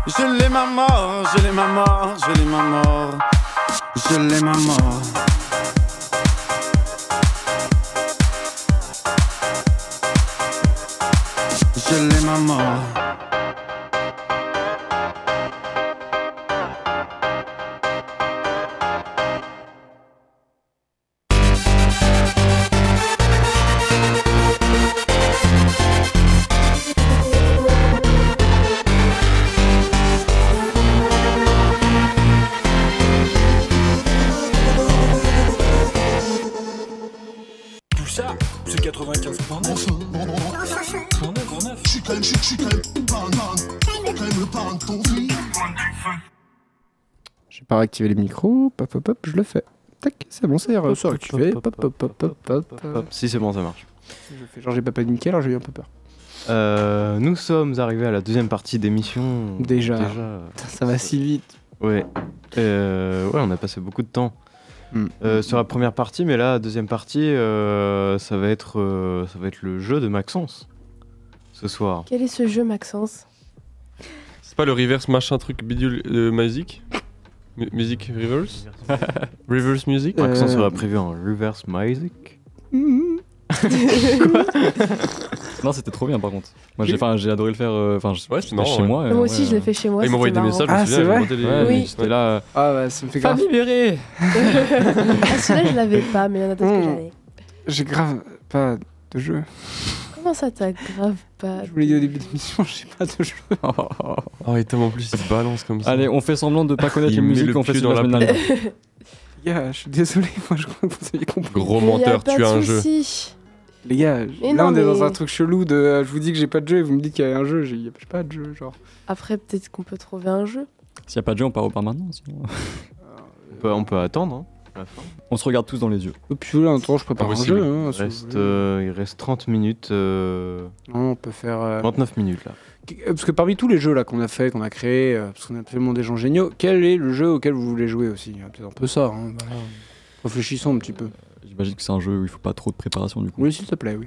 Je l'ai ma mort, je l'ai ma mort, je l'ai ma mort. Je l'ai ma mort. Je l'ai ma mort.
Tout ça, c'est 95.9. Je suis quand même, je suis quand même, quand même le parrain de ton fils.
J'ai pas réactivé les micros, pop pop pop, je le fais. Tac, c'est bon, c'est
Pop,
c'est
pop,
réactivé.
pop,
Pop pop pop pop pop.
Hop, Si c'est bon, ça marche.
Je fais genre j'ai pas paniqué alors j'ai eu un peu peur.
Euh, nous sommes arrivés à la deuxième partie d'émission. euh,
Déjà. Putain, Ça va si vite.
Ouais. Euh, ouais, on a passé beaucoup de temps euh, sur la première partie, mais là, deuxième partie, euh, ça, va être, euh, ça va être le jeu de Maxence ce soir.
Quel est ce jeu, Maxence
C'est pas le reverse machin truc bidule euh, Magic Mu- musique reverse Reverse music
Par contre, ça va prévu en reverse music.
Non, c'était trop bien par contre. Moi j'ai enfin, j'ai adoré le faire. euh, Enfin, je-
Ouais, c'était
j'étais
marrant,
chez
ouais.
moi. euh,
Euh,
Moi aussi, je l'ai fait chez moi,
Ils m'ont envoyé
c'était
des messages,
marrant.
je me souviens,
Ah,
ils m'ont
c'est
monté
vrai
les-
Oui.
mais J'étais là. euh,
Ah bah, ça me fait grave.
Famille libérée
Ah, Celui-là, je l'avais pas, mais il y en a d'autres que
Mm.
j'avais.
J'ai grave pas de jeu.
Comment ça, t'as grave pas
Je vous l'ai dit au début de l'émission, j'ai pas de jeu.
Oh, et Tom en plus, il se balance comme ça.
Allez, on fait semblant de pas connaître
Il
les
met
musiques
le
qu'on fait
pied
sur
dans
la
la
semaine
plaie.
dernière.
Les gars, je suis désolé, moi je crois que vous avez compris.
Gros
Mais y a
menteur,
pas
tu
de
as un jeu.
souci.
Les gars,
Mais
là
non,
on est dans
mais-
un truc chelou de euh, je vous dis que j'ai pas de jeu et vous me dites qu'il y a un jeu, j'ai j'ai pas de jeu, genre.
Après, peut-être qu'on peut trouver un jeu.
S'il n'y a pas de jeu, on part au bar maintenant. sinon.
On peut, on peut attendre. hein, la fin.
On se regarde tous dans les yeux.
Et puis là, en attendant, je prépare un
Impossible.
jeu. hein,
il,
si vous
reste,
voulez.
euh, il reste 30 minutes. euh,
Non, on peut faire. euh,
29 minutes là.
Euh, Parce que parmi tous les jeux là qu'on a fait, qu'on a créé, euh, parce qu'on a absolument des gens géniaux, quel est le jeu auquel vous voulez jouer aussi Il y a Peut-être un peu ça. hein, voilà. Réfléchissons un petit peu.
J'imagine que c'est un jeu où il faut pas trop de préparation du coup.
Oui, s'il te plaît, oui.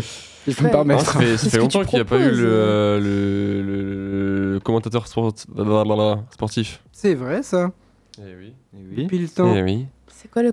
Si je peux
Ouais.
me permettre.
Ça fait, ça
Qu'est-ce
fait
que tu
longtemps qu'il n'y a pas eu
proposes
le, euh, le, le- le commentateur sport- blablabla, sportif.
C'est vrai ça
Eh oui.
Depuis le temps.
Eh oui.
C'est quoi le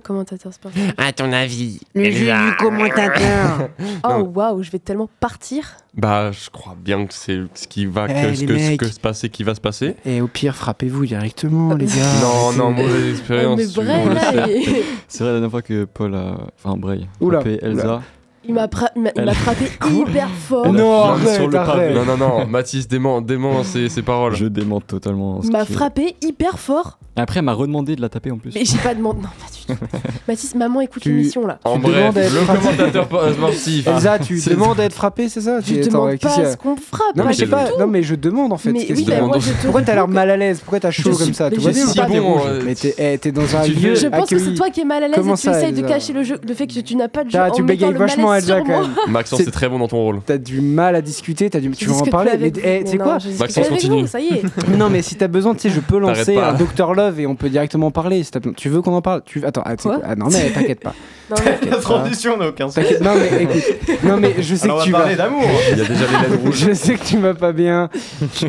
commentateur sportif
À ton avis.
Le jeu du commentateur.
Oh waouh, je vais tellement partir.
Bah, je crois bien que c'est ce qui va,
Eh,
que, ce
les
que, ce
mecs.
que se passer, qui va se passer.
Et au pire, frappez-vous directement, les gars.
Non, non, mauvaise
Ah,
expérience.
mais
tu-
bref,
on le
là,
sait.
il-
C'est vrai la dernière fois que Paul a. Enfin Bray.
Oula.
frappé Elsa.
Il m'a fra- il m'a- il
Elle-
m'a frappé hyper fort.
Non,
Flingue
Oh, arrête,
sur le pavé.
arrête.
Non, non, non, Mathis, dément, dément ses, ses paroles.
Je démente totalement. ce
Il m'a
qui-
frappé hyper fort.
Après, elle m'a redemandé de la taper en plus.
Mais j'ai pas demandé. Non, pas du tout. Mathis, maman écoute
Tu- Ah,
l'émission là.
En
Tu
bref,
demandes à être
le
frappé.
commentateur po- euh, sportif.
Elsa, tu
Ah. C'est-
demandes à être frappé, c'est ça
Je
Tu- attends,
demande
qu'est-ce qu'il y a
pas à ce qu'on me frappe.
Non,
moi,
mais
j'ai
j'ai pas. Non, mais je demande en fait.
Mais
Qu'est-ce
oui,
que-
bah, moi
demande-
je te
Pourquoi t'as l'air mal à l'aise Pourquoi t'as chaud
suis-
comme ça
mais
Tout
je
va bien
suis
ou pas,
bon,
t'es rouge
euh,
Mais t'es eh, t'es dans un
tu-
lieu
Je pense que c'est
accueilli.
toi qui es mal à l'aise et
Comment
tu
ça,
essayes de
Elsa
cacher le, jeu, le fait que tu n'as pas de jeu.
Ah,
en
tu
mettant
bégayes
le malaise
vachement Elsa
sur moi.
quand même.
Maxence,
C'est-
c'est très bon dans ton rôle.
T'as du mal à discuter, t'as du...
Je
tu veux en
discute
parler.
avec
Mais
vous.
eh, tu sais
Non,
quoi
je
Bah,
discute
Maxence,
avec
continue.
vous, Ça y est.
Non, mais si t'as besoin, tu sais, je peux
T'arrêtes
lancer
pas.
un Doctor Love et on peut directement en parler. Si t'as besoin. Tu veux qu'on en parle Tu attends, ah, tu sais
Quoi
quoi Ah non mais t'inquiète pas.
Non, mais-
T'inquiète pas.
n'a aucun
T'inquiète- Non mais écoute, non mais je sais que tu vas.
d'amour.
Il y a déjà les lettres rouges.
Je sais que tu vas pas bien.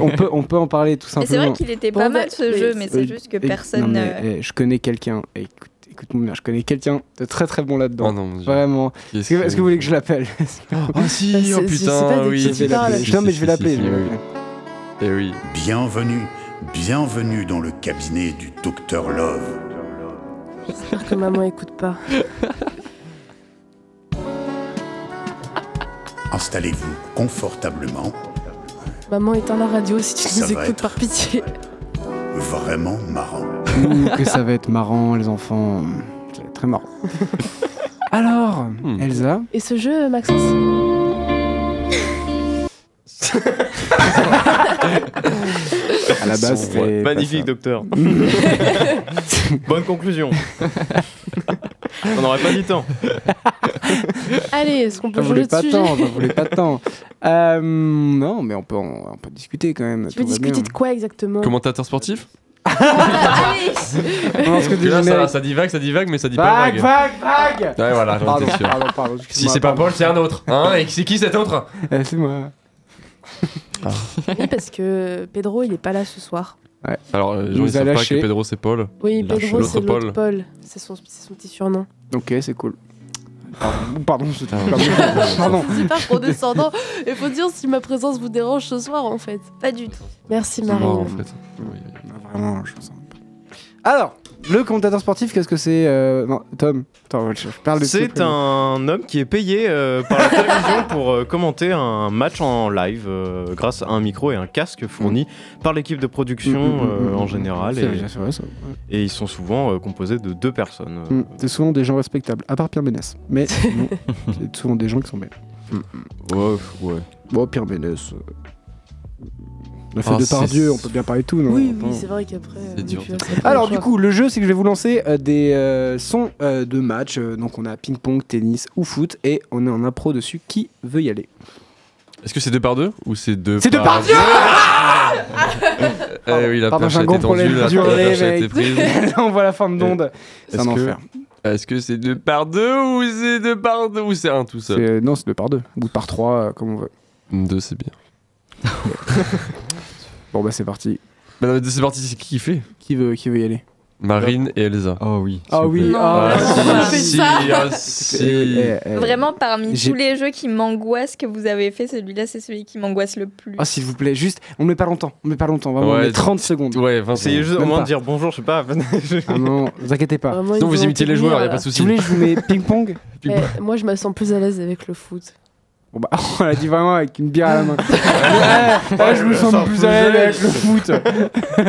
On peut, on peut en parler tout
Et
simplement.
c'est vrai qu'il était
Bon,
pas
bah,
mal ce
mais-
jeu, mais
Euh,
c'est juste que
Et- non,
personne.
mais,
euh,
eh, je connais quelqu'un. eh, Écoute, écoute-moi bien, je connais quelqu'un de très très bon là-dedans.
Oh non, mon Dieu.
Vraiment. Est-ce
Qu'est-ce
que, est-ce que vous Ah, voulez que je l'appelle
Oh si, oh
Ah, C'est- c'est- c'est pas
putain,
des
oui.
petites
si, si,
paroles.
si, si,
Non, mais
si, si,
je vais l'appeler.
si,
je vais
oui,
l'appeler.
oui. Eh oui.
Bienvenue, bienvenue dans le cabinet du Docteur Love.
J'espère que maman écoute pas.
Installez-vous confortablement,
Maman éteint la radio si tu
Ça
nous
va
écoutes
être-
par pitié.
vraiment marrant.
Ouh, que ça va être marrant, les enfants. Ça va être très marrant. Alors,
Hmm.
Elsa,
Et ce jeu, Maxence
à la base,
Son voix.
c'était. pas
Magnifique,
ça.
docteur. Bonne conclusion. On n'aurait pas dit tant.
Allez, est-ce qu'on peut
J'en
changer
voulais
de
Ah, pas
sujet
tant, j'en voulais pas tant. Euh, non, mais on peut, en- on peut discuter quand même.
Tu veux
tout va
discuter
bien.
de quoi exactement
Commentateur sportif
Ah,
Allez
On
Parce
lance que
que
des
là, ça,
génériques.
ça divague, ça divague, mais ça dit pas
Vague,
vague.
vague, vague
Ouais, voilà, j'en
Pardon,
étais sûr.
pardon, pardon.
Si
excuse-moi,
c'est pas
pardon.
Paul, c'est un autre. Hein Et c'est qui cet autre
Eh, C'est moi.
Oui, parce que Pedro, il est pas là ce soir.
Alors, euh, les
Il
gens,
nous
ils
a
savent pas
lâchés.
que Pedro, c'est Paul.
Oui,
Lâche
Pedro,
l'autre
c'est l'autre
Paul.
Paul. C'est son, c'est son petit surnom.
Ok, c'est cool. Pardon, pardon, c'était-
Ah ouais.
pardon. pardon.
C'est hyper condescendant. Et faut dire si ma présence vous dérange ce soir, en fait.
Pas du tout.
Merci,
C'est mort, en
Marine.
fait. Oui.
Vraiment, je sens pas. Alors, le commentateur sportif, qu'est-ce que c'est euh, Non, Tom. Attends, je, je parle de
C'est un homme qui est payé euh, par la télévision pour euh, commenter un match en live euh, grâce à un micro et un casque fourni
Mm.
par l'équipe de production euh, en général.
C'est
Et,
vrai, c'est vrai, ça.
et ils sont souvent euh, composés de deux personnes. euh,
Mm, C'est souvent des gens respectables, à part Pierre Bénès. Mais sinon, c'est souvent des gens qui sont belles. Mm.
Ouais, ouais.
Bon, Pierre Bénès. euh, On a fait
Ah,
de
c'est-
par Dieu, on peut bien parler de tout, non
Oui,
Bon.
oui, c'est vrai qu'après. euh,
C'est dur.
tu vois, ça fait
Alors
le
du
choix.
coup, le jeu, c'est que je vais vous lancer euh, des euh, sons euh, de match. Euh, donc on a ping-pong, tennis ou foot, et on est en impro dessus. Qui veut y aller
Est-ce que c'est deux par deux ou c'est deux
C'est de
par
par Dieu
Eh oui, la
Pardon,
perche
j'ai
a
un gros
été tendue,
problème
la la
d'urler,
perche a été
mec.
prise.
Là, on voit la forme d'onde. C'est un
Est-ce que-
enfer.
Est-ce que c'est deux par deux ou c'est deux par deux ou c'est un tout seul
C'est- euh, Non, c'est deux par deux, ou par trois, euh, comme on veut.
Deux, c'est bien.
Bon bah c'est parti.
Bah, non, mais c'est parti, c'est qui qui fait
Qui veut, qui veut y aller
Marine et Elsa.
Ah oui.
Ah oui,
Ah,
ah, ouais.
si,
On a fait
si,
ça.
ah, si.
Eh, eh.
Vraiment, parmi
J'ai-
tous les jeux qui m'angoissent que vous avez fait, celui-là, c'est celui qui m'angoisse le plus.
Ah, s'il vous plaît, juste, on ne met pas longtemps, on ne met pas longtemps, vraiment, on
Ouais,
met 30 secondes.
Ouais, 20
Essayez juste au
Même
moins
pas.
de dire bonjour, je sais pas.
Ah non, vous inquiétez pas.
Vraiment, ils Non, vous vont imitez les tenir, joueurs, y a là. pas de souci.
Si vous voulez, je vous mets ping-pong.
Eh, moi, je me sens plus à l'aise avec le foot.
Bon bah, on l'a dit vraiment avec une bière à la main. ouais, ouais, je me sens plus à l'aise avec le foot.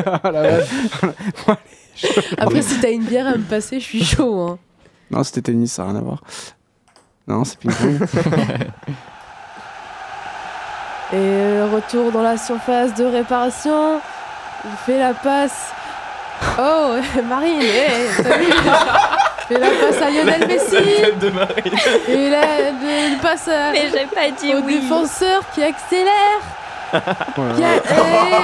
Ah la vache. Bon, allez, je-
Après, si t'as une bière à me passer, je suis chaud. Hein.
Non, c'était tennis, ça n'a rien à voir. Non, c'est ping-pong.
Et euh, retour dans la surface de réparation. Il fait la passe. Oh, Marine, eh, t'as vu Il fait la passe à Lionel Messi.
de Marine.
Et là, de- il passe à- au défenseur qui accélère.
euh,
Qui a- Et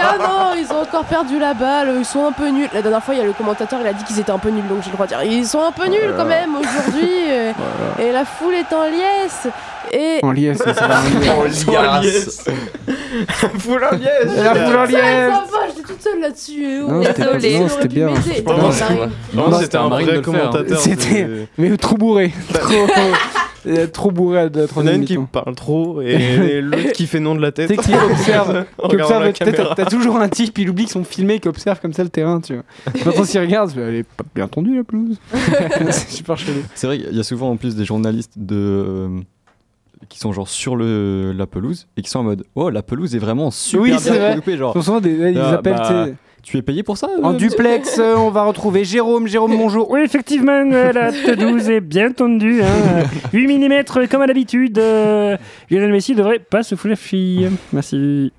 oh non, ils ont encore perdu la balle, ils sont un peu nuls. La dernière fois, il y a le commentateur, il a dit qu'ils étaient un peu nuls, donc j'ai le droit de dire ils sont un peu nuls quand même aujourd'hui. euh, Et la foule est en liesse. Et
En liesse, ça va
En
en liesse. La foule en
Ça,
liesse.
ça va, j'étais toute seule là-dessus. eh oh.
Non, c'était pas-
Désolée,
non,
j'aurais
c'était
pu
bien.
m'aider.
Je
Non,
pense
ça
que-
arrive.
Non, c'était un vrai
Marine de le faire.
commentateur,
C'était,
c'est-
mais trop bourré. Trop, euh, trop bourré à la
Bah. Il y en a
troisième
une qui
mi-temps.
parle trop et, et l'autre qui fait non de la tête.
Tu sais, qui observe,
En
qui
regardant la
observe t'as,
caméra.
t'as toujours un type, il oublie qu'ils sont filmés, qui observe comme ça le terrain, tu vois. Maintenant, s'il regarde, c'est, elle est pas bien tendue la pelouse. c'est super chelou.
C'est vrai qu'il y a souvent en plus des journalistes de euh, qui sont genre sur le la pelouse et qui sont en mode oh la pelouse est vraiment super
Oui,
bien
c'est vrai.
découpée, genre
Ce sont souvent des- ils
Ah, bah,
appellent, tu sais-
tu es payé pour ça
En
euh,
duplex, euh, on va retrouver Jérôme. Jérôme, bonjour.
Oui, effectivement, euh, la T12 est bien tendue. hein. 8 mm comme à l'habitude. euh, Lionel Messi devrait pas se fouler la fille. Merci.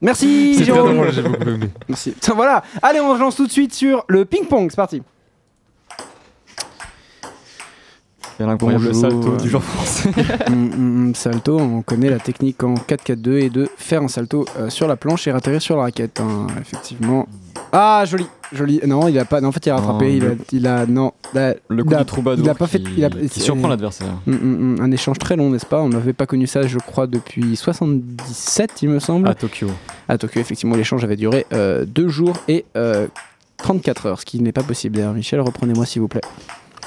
Merci
C'est très
Jérôme.
drôle, j'ai
beaucoup aimé.
Merci. Tiens, Voilà, allez, on se lance tout de suite sur le ping-pong, c'est parti.
Il y a l'incroyable
Bonjour,
salto
euh.
du joueur français.
Mm, mm, salto, on connaît la technique en 4-4-2 et de faire un salto euh, sur la planche et atterrir sur la raquette. hein, effectivement. Ah, joli, joli. Non, il a pas. Non, en fait, il a rattrapé.
Non,
il, a,
le-
il a. Non. là,
Le coup
il a-
du troubadour
Il a pas fait.
qui-
Il a,
qui surprend
euh,
l'adversaire.
mm, mm, mm, un échange très long, n'est-ce pas On n'avait pas connu ça, je crois, depuis 77, il me semble.
À Tokyo.
À Tokyo, effectivement, l'échange avait duré euh, deux jours et euh, 34 heures, ce qui n'est pas possible. D'ailleurs, Michel, reprenez-moi s'il vous plaît.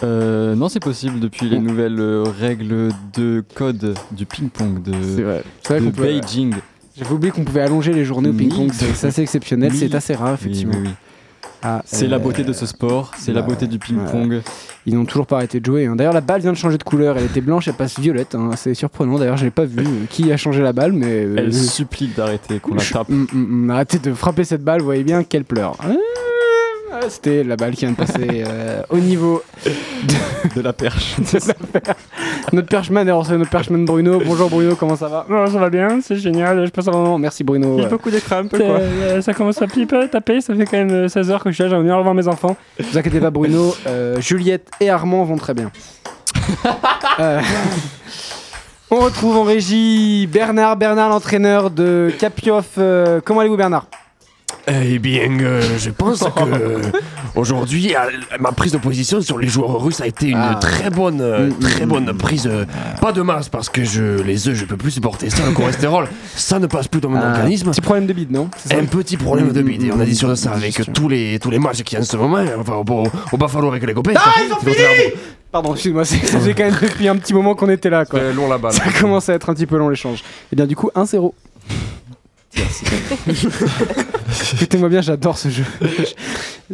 Euh, non, c'est possible depuis les nouvelles euh, règles de code du ping-pong de,
C'est vrai
de
qu'on peut- euh,
Beijing.
J'avais oublié qu'on pouvait allonger les journées au ping-pong,
Mille.
c'est c'est assez exceptionnel, c'est
Mille.
assez rare, effectivement. Ah, euh, Bah,
Oui, oui, oui. C'est la beauté de ce sport, c'est la beauté du ping-pong.
Ils n'ont toujours pas arrêté de jouer. hein. D'ailleurs, la balle vient de changer de couleur, elle était blanche, elle passe violette. hein. C'est surprenant, d'ailleurs, je l'ai pas vu euh, qui a changé la balle, mais. euh,
Elle
je-
supplie d'arrêter qu'on la
je-
tape.
Mm, mm, mm. Arrêtez de frapper cette balle, vous voyez bien qu'elle pleure. Ah, ah, C'était la balle qui vient de passer euh, au niveau de,
la perche.
Notre perchman est rentré, notre perchman Bruno. Bonjour Bruno, comment ça va
Non, ça va bien, c'est génial. Je passe un moment.
Merci Bruno. euh,
J'ai beaucoup de crampes.
quoi.
ça commence à piper, taper. Ça fait quand même euh, 16 heures que je suis là. J'ai envie de revoir mes enfants.
vous inquiétez pas, Bruno. euh, Juliette et Armand vont très bien. Euh, on retrouve en régie Bernard, Bernard l'entraîneur de Capioff. Euh, comment allez-vous, Bernard
Eh bien, euh, je pense que euh, aujourd'hui, à- à ma prise de position sur les joueurs russes a été une
Ah.
très bonne, euh, très bonne prise. euh, Pas de masse parce que je les œufs, je peux plus supporter ça. Le cholestérol, ça ne passe plus dans mon
Ah,
organisme.
Petit problème de bide, non C'est ça
Eh,
Un petit problème de bide. Et on a dit sur ça avec tous les tous les matchs qu'il y a en ce moment. hein, Enfin, au, au Buffalo avec les copains.
Ah,
ça-
ils ont
ça doit
fini
faire un-
Pardon, excuse-moi, c'est- ça fait quand même depuis un petit moment qu'on était là. Quoi.
Euh,
long la balle.
Ça commence à être un petit peu long l'échange. Et bien du coup, 1-0. Écoutez-moi bien, j'adore ce jeu.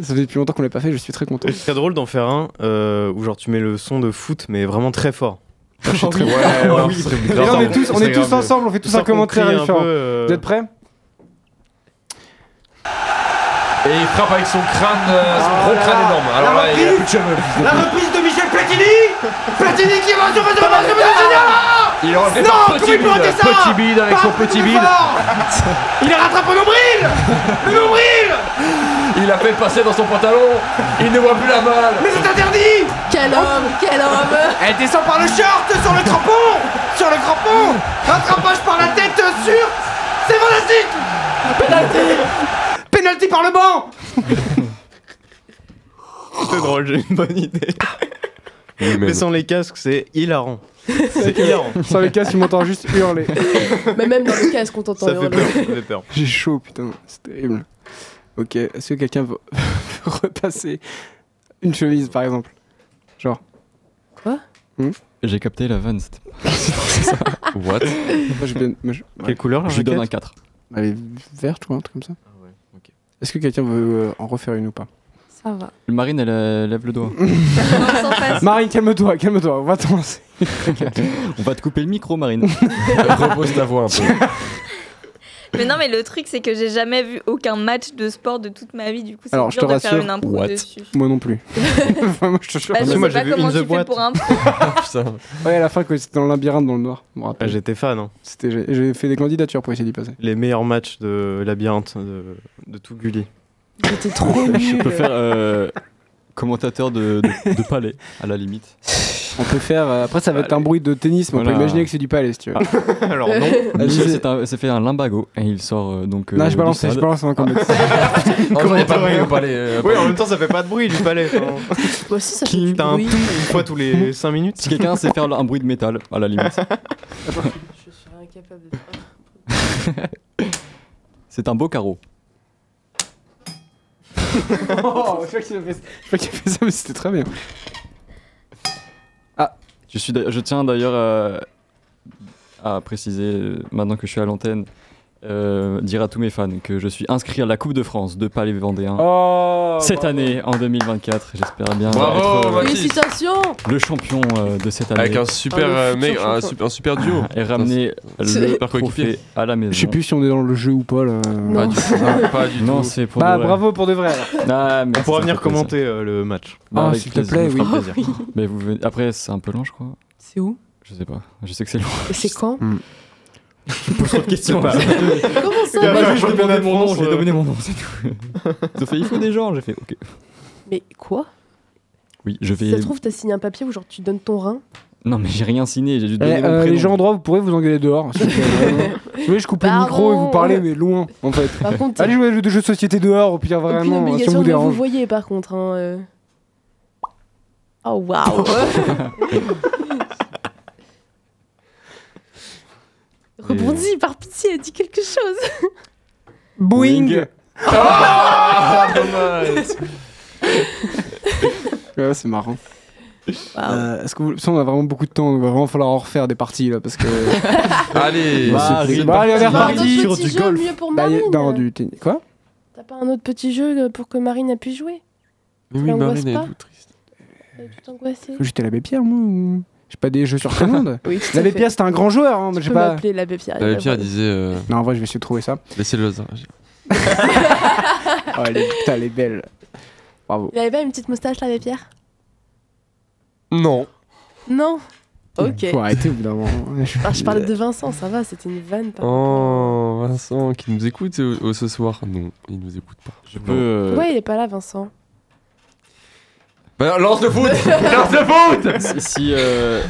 ça fait depuis longtemps qu'on l'a pas fait, je suis très content.
C'est très drôle d'en faire un euh, où genre tu mets le son de foot mais vraiment très fort.
Je suis très
Ouais,
content.
Oh ouais,
Oui.
ce serait
Mais
grave.
là, on est tous, on
Ce
est
serait
tous
grave.
ensemble, on fait tous
Sans
un commentaire
qu'on crie un
différent.
peu, euh,
Vous êtes prêts
Et il frappe avec son crâne, euh, son gros crâne énorme. Alors là, il a plus de cheveux. fils de pute.
reprise de Michel Platini Platini qui va sur le
Il est rentré
Non,
par
Ah, comment
petit
il
bide,
peut rater ça Ah,
petit bide avec
Pas
son
un peu
petit
plus
bide.
fort Il rattrape au nombril Le nombril
Il a fait passer dans son pantalon. Il ne voit plus la balle.
Mais c'est interdit
Quel homme Quel homme
Elle descend par le short sur le crampon Sur le crampon Rattrapage par la tête sur... C'est fantastique Penalty Penalty par le banc
C'est drôle, j'ai une bonne idée. mais sans les casques, c'est hilarant. C'est hilarant.
Sans les casques, tu m'entends juste hurler.
Mais même dans le casque, on t'entend
Ça fait
hurler.
peur, ça fait peur.
J'ai chaud, putain, c'est terrible. Ok, est-ce que quelqu'un veut repasser une chemise par exemple Genre.
Quoi
J'ai capté la vanne, c'était
Moi,
What
j'ai bien- moi, je- ouais.
Je lui donne un 4.
Elle est verte ou un truc comme ça
Ah
Est-ce que quelqu'un veut euh, en refaire une ou pas
Ça va.
Marine, elle euh, lève le doigt.
Ah. Marine, calme-toi, calme-toi, on va te lancer.
On va te couper le micro, Marine.
Repose ta voix un peu.
Mais non, mais le truc, c'est que j'ai jamais vu aucun match de sport de toute ma vie. Du coup, c'est
Alors, je te
dur de faire
rassure.
une impro dessus.
Ah,
Moi non plus. Vraiment, je te jure.
Bah, je sais pas comment tu fais pour impro.
Ouais, à la fin, quand c'était dans le labyrinthe dans le noir. je me rappelle.
Ah, J'étais fan. hein.
C'était- J'ai j'ai fait des candidatures pour essayer d'y passer.
Les meilleurs matchs de labyrinthe de, de tout Gulli.
J'étais trop
Je
nul.
peux faire euh, commentateur de, de, de palais, à la limite.
On peut faire. euh, après, ça va être un bruit de tennis, mais on peut
Voilà. Ah,
imaginer que c'est du palais si tu veux.
Alors non.
Michel
Vas-y.
s'est Ah, un- s'est fait un limbago et il sort euh, donc.
Non, je balance, je balance un combat.
Comment pas bruit au palais euh,
Oui, en même temps, ça fait pas de bruit du palais.
Moi aussi, ça
King, t'as un tout une fois tous les 5 minutes.
Si quelqu'un sait faire un bruit de métal, à la limite.
Je suis incapable de
C'est un beau carreau.
Oh, je crois qu'il a fait- je crois qu'il a fait ça, mais c'était très bien.
Je, suis d'ailleurs- je tiens d'ailleurs à, à préciser, euh, maintenant que je suis à l'antenne, euh, dire à tous mes fans que je suis inscrit à la Coupe de France de Palais Vendéen
Oh
cette année, en 2024. J'espère bien
Bravo,
être euh,
Félicitations
le champion euh, de cette année.
Avec un super,
Ah, le
euh,
futur
mec, un
champion.
super, un super duo.
Et ramener
C'est-
le
Super coéquipier.
trophée à la maison.
Je sais plus si on est dans le jeu ou pas là.
Pas du tout.
Ah, Pas du
Non,
tout.
c'est Bah, pour.
Bah,
de vrai.
bravo pour de vrai. alors.
Ah, mais
On pourra
ça fait plaisir.
venir commenter euh, le match.
Bah,
Ah,
avec
s'il te
plaisir,
plaît,
ça me fera
Oh
oui.
plaisir. Mais vous venez- Après, c'est un peu loin, je crois.
C'est où
Je sais pas. Je sais que c'est loin.
Et c'est quand
Hmm. Pose trop de questions.
Comment ça
Bah,
Bah,
juste
je
demandé
demandais
mon nom,
mon nom,
j'ai
euh.
donné mon nom, c'est tout. Ils ont fait, il faut des gens, j'ai fait, ok.
Mais quoi
Oui, je
Si
vais.
ça se trouve, t'as signé un papier où genre tu donnes ton rein
Non, mais j'ai rien signé, j'ai juste
Eh,
donné mon
euh,
prénom.
les gens en droit, vous pourrez vous engueuler dehors. s'il vous plaît, vraiment. Si vous voulez, je coupe le
Pardon.
micro et vous parlez, mais loin en fait.
Par contre,
Allez jouer à des jeux de jeux de société dehors, au pire,
aucune
vraiment, euh, si on
obligation
vous
de vous
dérange.
voyez par contre. hein, euh. Oh waouh Rebondis par pitié, dis quelque chose
Boeing
Ah, dommage.
Ouais, c'est marrant.
Ah
Euh, Est-ce que vous... Ça, on a vraiment beaucoup de temps, il va vraiment falloir en refaire des parties là parce que.
Allez,
c'est-
c'est
bah, allez, on est
parti.
reparti.
Marine, sur du golf. mieux pour
Bah, y-
Marine.
non, du tennis. Quoi
T'as pas un autre petit jeu euh, pour que Marine a pu jouer
Mais
Ça
oui,
l'angoisse
Marine, elle est
pas
toute
Elle est toute angoissée.
J'étais l'abbé Pierre, moi ou- J'ai pas des jeux sur commande
Oui, tout à
L'abbé
fait.
Pierre, c'était un grand joueur, hein, mais
Tu
j'ai
peux
pas.
m'appeler l'abbé Pierre. il
L'abbé
va
Pierre
voir.
disait euh,
Non, en vrai, je vais essayer de trouver ça.
Laissez-le.
Oh, elle est, putain, elle est belle. Bravo.
Il avait pas une petite moustache l'abbé Pierre
Non.
Non Ok.
Faut arrêter au bout d'un moment. Euh,
Ah, je
Euh.
parlais de Vincent, ça va, c'était une vanne. par-
Oh, Vincent qui nous écoute euh, euh, ce soir. Non, il nous écoute pas. Je
peux, euh,
Ouais, il est pas là, Vincent.
Bah, lance le foot Lance le foot
Si- Si euh,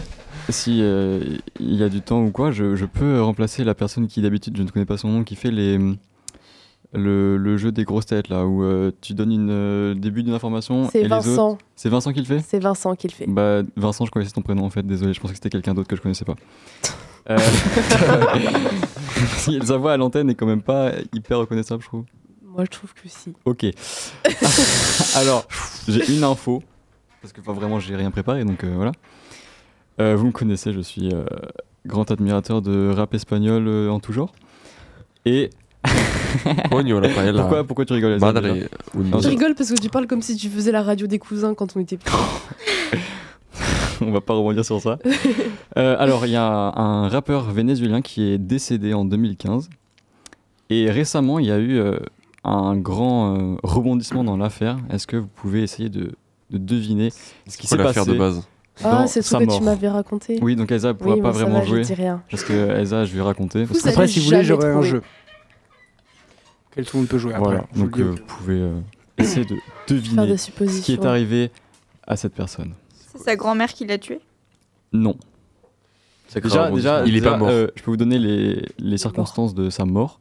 si, euh, il y a du temps ou quoi, je, je peux remplacer la personne qui d'habitude, je ne connais pas son nom, qui fait les hum, le, le jeu des grosses têtes là, où euh, tu donnes une euh, début d'une information.
C'est
et les
Vincent.
autres- C'est Vincent qui le fait.
C'est Vincent qui le fait.
Bah Vincent, je connaissais ton prénom en fait. Désolé, je pensais que c'était quelqu'un d'autre que je connaissais pas. Euh, si sa voix à l'antenne est quand même pas hyper reconnaissable, je trouve.
Moi, je trouve que si.
Ok. Alors, j'ai une info. Parce que pas vraiment, j'ai rien préparé, donc euh, voilà. Euh, vous me connaissez, je suis euh, grand admirateur de rap espagnol euh, en tout genre. Et.
Coño, la paella. Bah, euh,
pourquoi, pourquoi tu rigoles Alexandre,
hein. Madre,
déjà
un-
Non,
Je
je-
rigole parce que tu parles comme si tu faisais la radio des cousins quand on était petits.
On va pas rebondir sur ça. Euh, alors, il y a un rappeur vénézuélien qui est décédé en 2015. Et récemment, il y a eu euh, un grand euh, rebondissement dans l'affaire. Est-ce que vous pouvez essayer de, de deviner ce qui s'est
quoi
passé
l'affaire de base
Ah,
dans
c'est le
sa
truc que tu
mort.
m'avais raconté.
Oui, donc Elsa ne pourra
Oui,
pas
mais ça
vraiment
va, je
jouer.
dis rien.
Parce que Elsa, je vais raconter.
Vous allez
Après, si vous voulez,
jamais
j'aurai un
trouver.
jeu. Quel tout le monde peut jouer après.
Voilà,
je vous
donc
le dis.
euh, vous pouvez euh, essayer de
Faire des
deviner ce qui
suppositions.
est arrivé à cette personne.
C'est sa grand-mère qui l'a tué.
Non.
grave,
Déjà,
on dit-
déjà,
il est
déjà,
pas mort.
euh, je peux vous donner les, les circonstances de sa mort.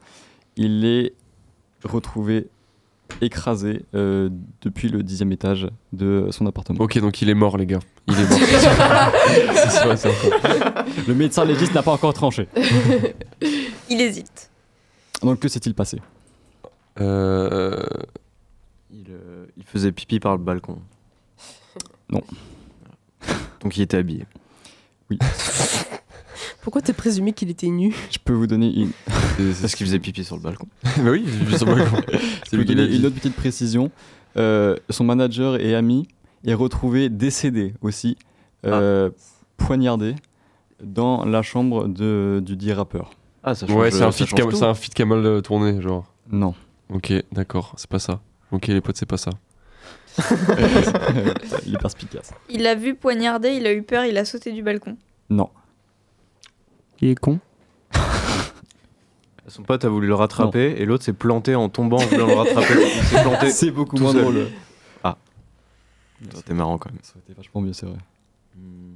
Il est retrouvé écrasé euh, depuis le dixième étage de son appartement.
Ok, donc il est mort, les gars. Il est mort. c'est sûr. C'est sûr et certain.
Le médecin légiste n'a pas encore tranché.
Il hésite.
Donc que s'est-il passé
Euh...
Il, euh, il faisait pipi par le balcon. Non. Donc il était habillé.
Oui.
Pourquoi t'es présumé qu'il était nu
Je peux vous donner une. Parce qu'il faisait pipi sur le balcon.
Bah oui, il faisait pipi sur le balcon.
Je peux vous donner une autre petite précision. Euh, son manager et ami est retrouvé décédé aussi, euh, poignardé, dans la chambre de, du dit rappeur.
Ah, ça
Ouais, c'est un,
ça
feat
change
Cam-
tout.
c'est un feat Kamal euh, tourné, genre.
Non.
Ok, d'accord, c'est pas ça. Ok, les potes, c'est pas ça.
il est perspicace.
Il l'a vu poignarder, il a eu peur, il a sauté du balcon.
Non.
Il est con.
Son pote a voulu le rattraper et l'autre s'est planté en tombant en voulant le rattraper. Il s'est planté.
C'est beaucoup
tout
moins
seul.
drôle.
Ah. T'es marrant quand même.
C'était vachement mieux, c'est vrai.
Hmm.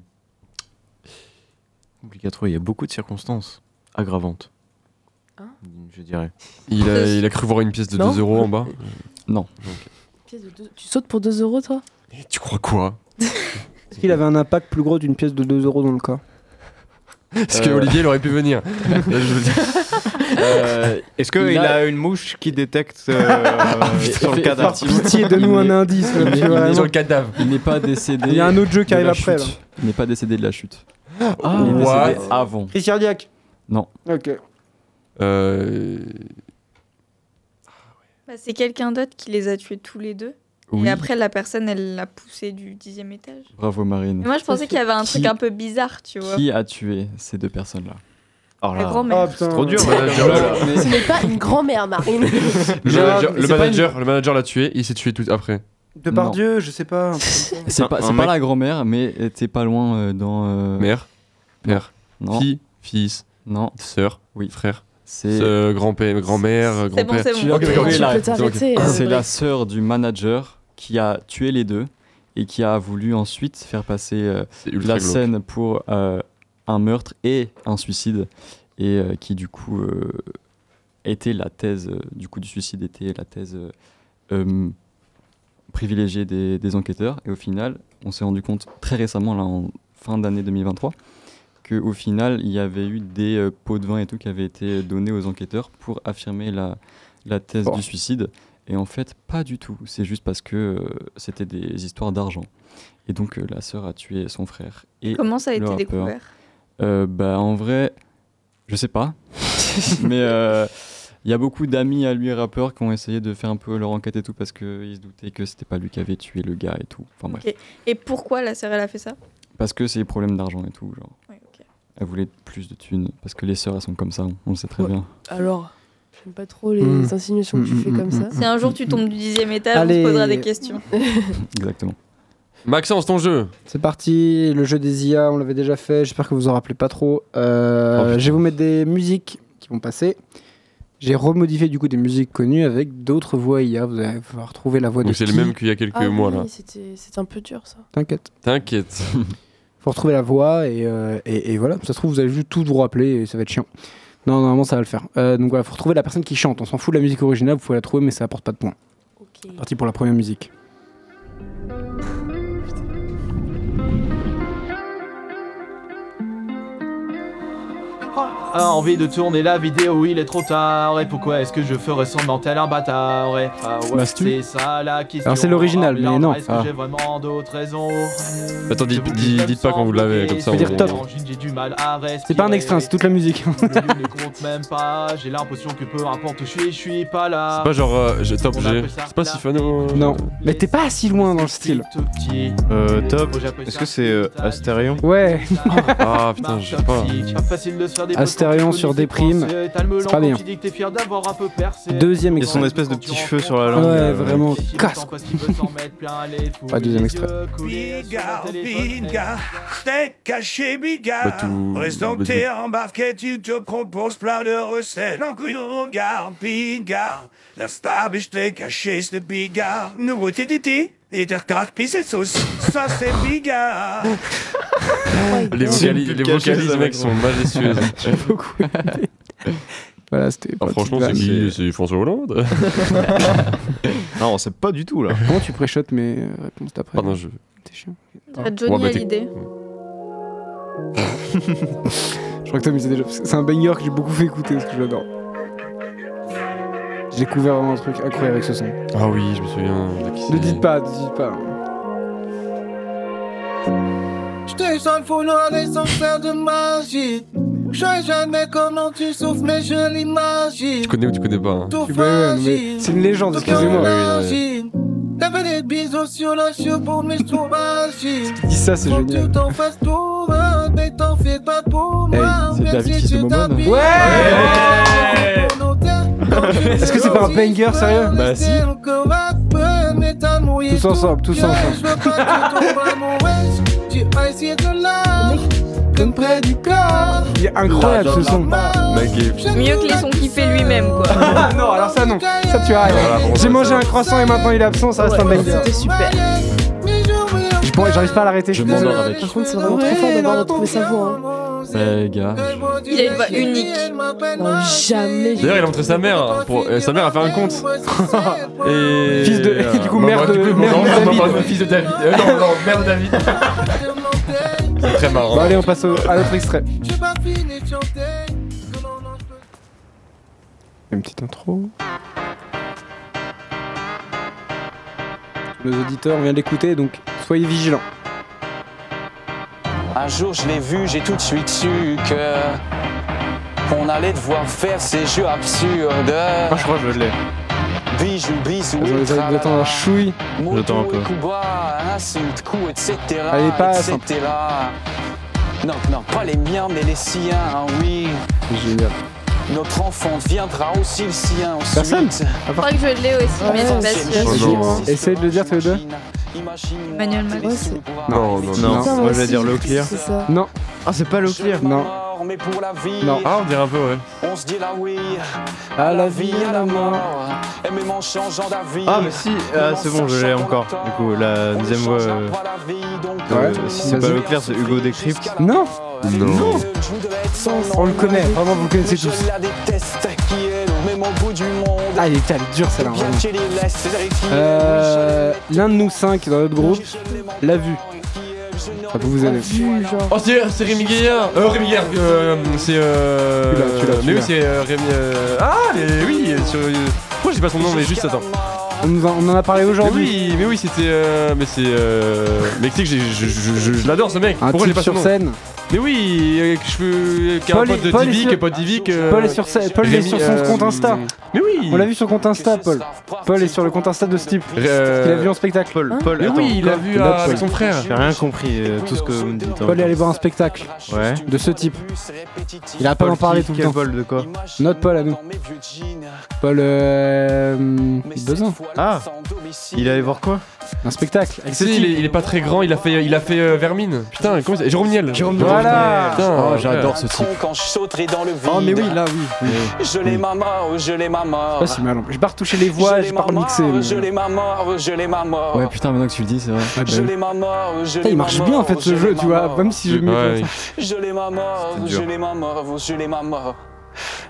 Obligatoire, il y a beaucoup de circonstances aggravantes. Je dirais.
Il a, il a cru voir une pièce de
Non.
2 euros en bas.
Non.
Pièce de deux- Tu sautes pour 2 euros, toi
Tu crois quoi
Est-ce qu'il avait un impact plus gros d'une pièce de 2 euros dans le corps
Parce que
Euh.
Olivier, il aurait pu venir. Je veux dire.
Euh, Est-ce qu'il
Il a-
a... une mouche qui détecte euh, sur le
Fais-
cadavre
fais-
Pitié, donne-nous
Il
un
n'est-
indice, là,
il
tu
n'est-
vois,
il n'est-
Sur le
cadavre.
Il n'est pas décédé.
Il y a un autre jeu qui
de
arrive
la
après,
chute.
là.
Il n'est pas décédé de la chute.
Ah,
il est décédé
what
avant.
Crise cardiaque
Non.
Ok.
Euh,
Bah, c'est quelqu'un d'autre qui les a tués tous les deux.
Oui.
Et après, la personne, elle l'a poussé du dixième étage.
Bravo Marine.
Mais moi, je pensais qu'il y avait un
Qui-
truc un peu bizarre, tu vois.
Qui Ah, a tué ces deux personnes-là
Oh
La
Ah,
grand-mère.
C'est trop dur,
manager, là.
Ce n'est pas une grand-mère, Marine.
Le
Gérard,
manager- le
mais c'est pas
manager le manager l'a tué, il s'est tué tout après.
De par Dieu, je sais pas. un truc comme ça.
C'est pas,
Un-
c'est
un
pas
mec-
la grand-mère, mais t'es pas loin euh, dans. euh,
Mère, père,
Non.
fille, fils,
non.
sœur,
Oui.
frère,
C'est-
euh, grand-père, grand-mère, euh,
C'est
grand-père.
Tu l'as
Ok, ok,
trouvé,
ok.
la
Ok, ok.
réponse.
t'arrêter, euh,
C'est la
Brice.
sœur du manager qui a tué les deux et qui a voulu ensuite faire passer euh,
ultra
la
glauque.
scène pour euh, un meurtre et un suicide et euh, qui du coup euh, était la thèse euh, du coup du suicide était la thèse euh, euh, privilégiée des, des enquêteurs et au final on s'est rendu compte très récemment là en fin d'année 2023 que au final il y avait eu des euh, pots de vin et tout qui avaient été donnés aux enquêteurs pour affirmer la, la thèse
Fort.
du suicide et en fait pas du tout c'est juste parce que euh, c'était des histoires d'argent et donc euh, la sœur a tué son frère et
Comment ça a
le
été
rappeur.
découvert
Euh, bah en vrai je sais pas mais euh, il y a beaucoup d'amis à lui rappeurs qui ont essayé de faire un peu leur enquête et tout parce qu'ils se doutaient que c'était pas lui qui avait tué le gars et tout enfin bref
Ok. Et pourquoi la sœur, elle a fait ça
parce que c'est des problèmes d'argent et tout genre
Ouais, ok.
elle voulait plus de thunes parce que les sœurs elles sont comme ça on le sait très bien
Alors, j'aime pas trop les
Mm.
insinuations que tu
Mm,
fais
mm,
comme ça.
Si un jour tu tombes du dixième étage, on
Allez.
se posera des questions.
Exactement.
Maxence, ton jeu
C'est parti, le jeu des IA, on l'avait déjà fait, j'espère que vous en rappelez pas trop. Euh,
Oh, putain.
je vais vous mettre des musiques qui vont passer. J'ai remodifié du coup des musiques connues avec d'autres voix IA, vous allez pouvoir trouver la voix de
Donc c'est le
qui.
même qu'il y a quelques
ah,
mois
oui,
là.
C'était c'était un peu dur, ça.
T'inquiète.
T'inquiète.
Faut retrouver la voix et, euh, et, et voilà, ça se trouve vous allez juste tout vous rappeler et ça va être chiant. Non, normalement ça va le faire. Euh, donc voilà, faut retrouver la personne qui chante, on s'en fout de la musique originale, vous pouvez la trouver mais ça apporte pas de points. Parti pour la première musique.
A envie de tourner la vidéo, il est trop tard. Et pourquoi est-ce que je ferais semblant tel un bâtard ouais, ah ouais,
Mastu
c'est ça la question.
Bah, Alors, c'est l'original, mais non.
Est-ce que
Ah.
j'ai vraiment d'autres raisons
Attends, dites, dites- dites pas quand vous l'avez comme ça.
Je veux dire
on-
top.
J'ai du mal à respirer.
C'est pas un extrait, c'est toute la musique.
Je ne compte même pas. J'ai l'impression que peu importe où je suis, je suis pas
Ah.
là.
C'est pas genre euh, je- top G. C'est pas Sifano.
Non, mais t'es pas si loin dans le style.
Euh, top. Est-ce que c'est euh, Astérion
Ouais.
Ah putain, je sais pas.
Pas facile de se faire des
Astérion sur déprime, c'est pas bien.
Dit que t'es fier d'avoir un peu percé.
Deuxième
Et son
extrait.
espèce de petit cheveu sur la langue.
Ouais,
euh,
vraiment, casse.
Parce qu'il veut s'en mettre plein les fous.
Pas deuxième extrait.
Biga, biga, steak caché,
Bah,
biga. Restant que t'es embarqué, tu te proposes plein de recettes. En couille de regard, biga. La star, biche, t'es caché, c'est biga. Nouveauté d'été, et t'es retard, pis c'est sauce. Ça, c'est biga.
Les vocali- les vocalises, mec, sont majestueuses.
Voilà, c'était.
Ah,
pas
franchement,
une
c'est
petite
qui
blague.
C'est François Hollande
Non, c'est pas du tout là.
Comment tu préchotes mes euh, réponses d'après
Pardon, je.
T'es chiant.
Ah, Johnny
Ouais, bah, t'es-
Hallyday.
Je crois que t'as mis ça déjà. parce que C'est un banger que j'ai beaucoup fait écouter parce que j'adore. J'ai découvert vraiment un truc incroyable avec ce son.
Ah oui, je me souviens.
Ne dites pas, ne dites pas.
Je descends les sans faire de magie. Je sais jamais comment tu souffles, mais je l'imagine.
Tu connais ou tu connais pas hein
Ouais, ouais, mais c'est une légende, excusez-moi. euh.
T'avais des bisous sur la cheveux pour mes trouvages.
Dis ça, c'est génial.
Tu t'en fasses tout, mais t'en fais pas pour
Hey,
moi.
c'est
même
David,
si
fils de
tu
Momone.
t'habilles.
Ouais
Ouais.
Est-ce que c'est pas un banger, sérieux Bah si.
T'es encore un peu, mais t'as mouillé
Tous ensemble, tous ensemble.
je veux pas que tu tombes amoureuse. Tu as essayé de là, comme près du corps.
Il est incroyable ce son.
Mieux que les sons qu'il fait lui-même, quoi.
Ah non, alors ça non. Ça tu as
Voilà,
raison.
bon,
J'ai mangé un croissant et maintenant il est absent, ça reste un banger.
C'était super.
Je pourrais- J'arrive pas à l'arrêter. Je
m'endors avec.
Par
contre, c'est vraiment trop fort d'avoir retrouvé sa voix. hein.
Eh, gars.
Il a une voix unique.
Non, jamais.
D'ailleurs, il a montré sa mère. hein, Pour... euh, sa mère a fait un compte. Et...
Fils de-
euh,
du coup,
bah,
mère
bah,
de-
du coup,
mère
non,
de
non,
David.
non, non, Fils de David. Euh, non, non, mère de David. C'est très marrant.
Bon, allez, on passe au- à l'autre extrait.
J'ai pas fini de chanter.
Une petite intro. Nos auditeurs, on vient d'écouter, donc soyez vigilants.
Un jour, je l'ai vu, j'ai tout de suite su que. On allait devoir faire ces jeux absurdes.
Ah, je crois que je l'ai.
Bijou, bisous,
Je vais
tralala.
attendre un chouï.
Moto
J'attends un peu.
et Kuba, insulte, coup, etc.
Allez, passe.
etc. Non, non, pas les miens, mais les siens, hein, oui.
Génial.
Notre enfant deviendra aussi le sien ensuite.
Personne
Je crois que je l'ai aussi,
Ah
mais je suis pas sûre.
Oh
Essayez de le dire tous les deux.
Manuel Macron.
Non, non,
Non,
hein.
non.
moi
Moi, je
aussi,
vais dire le clear.
c'est ça. Non.
Ah, c'est pas le clear.
Non. Non.
Ah, on dirait un peu, ouais.
On se dit là oui,
À la vie, à la mort.
et même en changeant d'avis.
Ah, mais si, ah, c'est bon, je l'ai encore. Du coup, la deuxième voix. euh, euh, si c'est pas
Vas-y.
le clear, c'est Hugo Décrypte.
Non
Non.
On le connaît, vraiment, vous le connaissez tous. Ah, il est, elle est dure celle-là. vraiment. Euh, L'un de nous cinq dans notre groupe l'a vu.
Ah,
Ça peut vous aider.
Oh, c'est c'est Rémi Gaillard. Euh, Rémi Gaillard, euh, c'est. Euh...
Tu l'as, tu l'as, tu
Mais oui,
l'as.
c'est euh, Rémi. euh, Ah, mais oui, sur. euh, Pourquoi j'ai pas son nom, mais juste attends.
On, nous en, on en a parlé aujourd'hui.
Mais oui, mais oui, c'était. euh, mais c'est. Euh... Mais tu sais que j'ai- je, je, je, je l'adore ce mec.
Un
Pourquoi j'ai
type
pas son
sur
nom
scène.
Mais oui, euh, avec cheveux. Qui a un
Paul est-
pote de
Paul est
Divic,
sur-
et pote Divic. euh,
Paul est sur, scè- Paul est
Rémi,
sur son
euh,
compte Insta.
Mais oui
On l'a vu sur compte Insta, Paul. Paul est sur le compte Insta de ce type.
Ré- euh,
Il a vu en spectacle. Paul,
Paul, Mais oui, attends. il l'a vu euh,
Paul.
avec son frère.
J'ai rien compris, euh, tout ce que vous me dites. hein.
Paul est allé voir un spectacle
Ouais.
de ce type. Il a pas
Paul
en parler
qui-
tout le
quel
temps.
Paul de quoi
Notre Paul à nous. Paul euh, hum, Besançon.
Ah Il allait voir quoi
Un spectacle.
Tu sais, il, est, il est pas très grand, il a fait, il a fait euh, Vermine. Putain, comment c'est Jérôme Niel.
Jérôme Niel. Voilà.
Putain,
Oh,
ouais.
j'adore
ce type. Quand je sauterai dans le vide.
Oh, mais oui, là, oui, Oh, oui.
Je l'ai ma mort, je l'ai ma mort.
Pas si mal. en plus. Je vais pas retoucher les voix, je vais pas remixer. mais-
Je l'ai ma mort, je l'ai ma mort.
Ouais, putain, maintenant que tu le dis, c'est vrai.
Ouais, bah
Je
oui.
l'ai ma mort, je
Putain,
l'ai
il
ma
marche
mort,
bien en fait
je
ce
l'ai
jeu,
ma
tu vois,
mort.
même si je mets
Ouais,
comme
oui.
ça.
Je l'ai ma mort,
C'était
je
dur.
l'ai ma mort, je l'ai ma mort.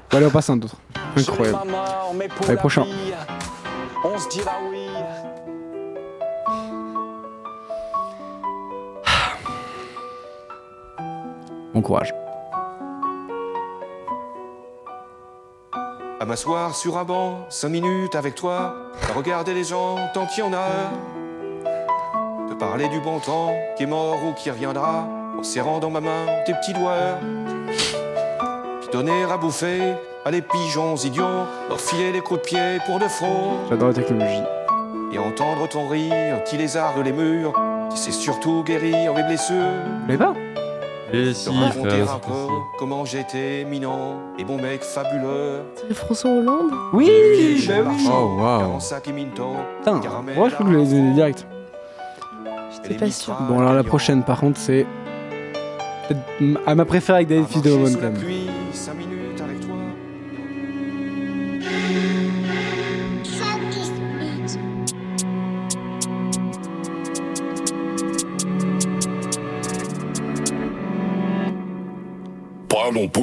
Bon, allez, on passe à un autre. Incroyable. Allez, prochain.
On se dira oui.
Bon courage.
À m'asseoir sur un banc, cinq minutes avec toi, à regarder les gens tant qu'il y en a. Te parler du bon temps qui est mort ou qui reviendra, en serrant dans ma main tes petits doigts. Puis donner à bouffer à les pigeons idiots, leur filer les coups de pied pour de fraude
J'adore la technologie.
et entendre ton rire qui lézarde les murs, qui sait surtout guérir les blessures.
Mais pas
Et si,
Te raconter
frère,
un peu comment j'étais éminent et bon mec fabuleux.
C'est François Hollande
Oui
J'ai marché
Oh, wow.
car en sac et Minto,
Putain,
caramel,
moi je crois que je l'ai donné direct.
et les mitrailles
Bon, alors la prochaine par contre, c'est. peut-être m- À ma préférée avec David Fils de Momone
sous
quand
la
même.
pluie, cinq minutes avec toi.
Parlons peu,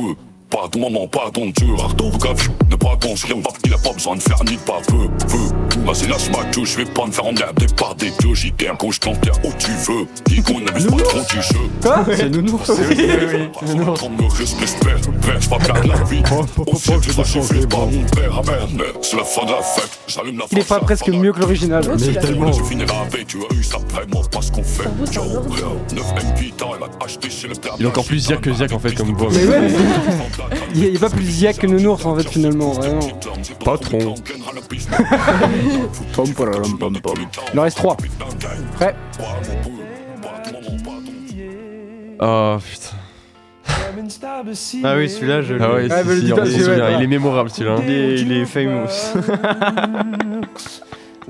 pas de maman, pas ton Dieu. Ardo, gaffe, ne pas ton chien, il a pas besoin de faire ni de pas feu, feu. Vas-y, lâche ma queue, je vais pas me faire emmerder par des gueux. J'y t'ai un gauche, t'en perds où tu veux. Dis qu'on n'abuse pas trop du jeu. Quoi C'est nounours. Oui, oui, oui. Tremble, respect, j'perds, perds, je vais perdre la vie. On sait que ça suffit pas, mon père, amen. C'est la fin de la fête, j'allume la
Il est pas presque mieux que l'original.
Je finirai avec, tu as eu ça vraiment pas ce qu'on fait. J'ai rentré un 9 MP, t'as acheté chez le père.
Il est encore plus ziac que ziac en fait comme voix.
Mais ouais, il est pas plus ziac que nounours en fait finalement, vraiment.
Patron.
Pom, paralam, pom, pom. Il en reste 3. Prêt
Oh putain.
Ah oui, celui-là, je
Ah ouais,
l'ai.
si, si, on s'en souvient, il est mémorable celui-là. hein.
Il est, il est famous.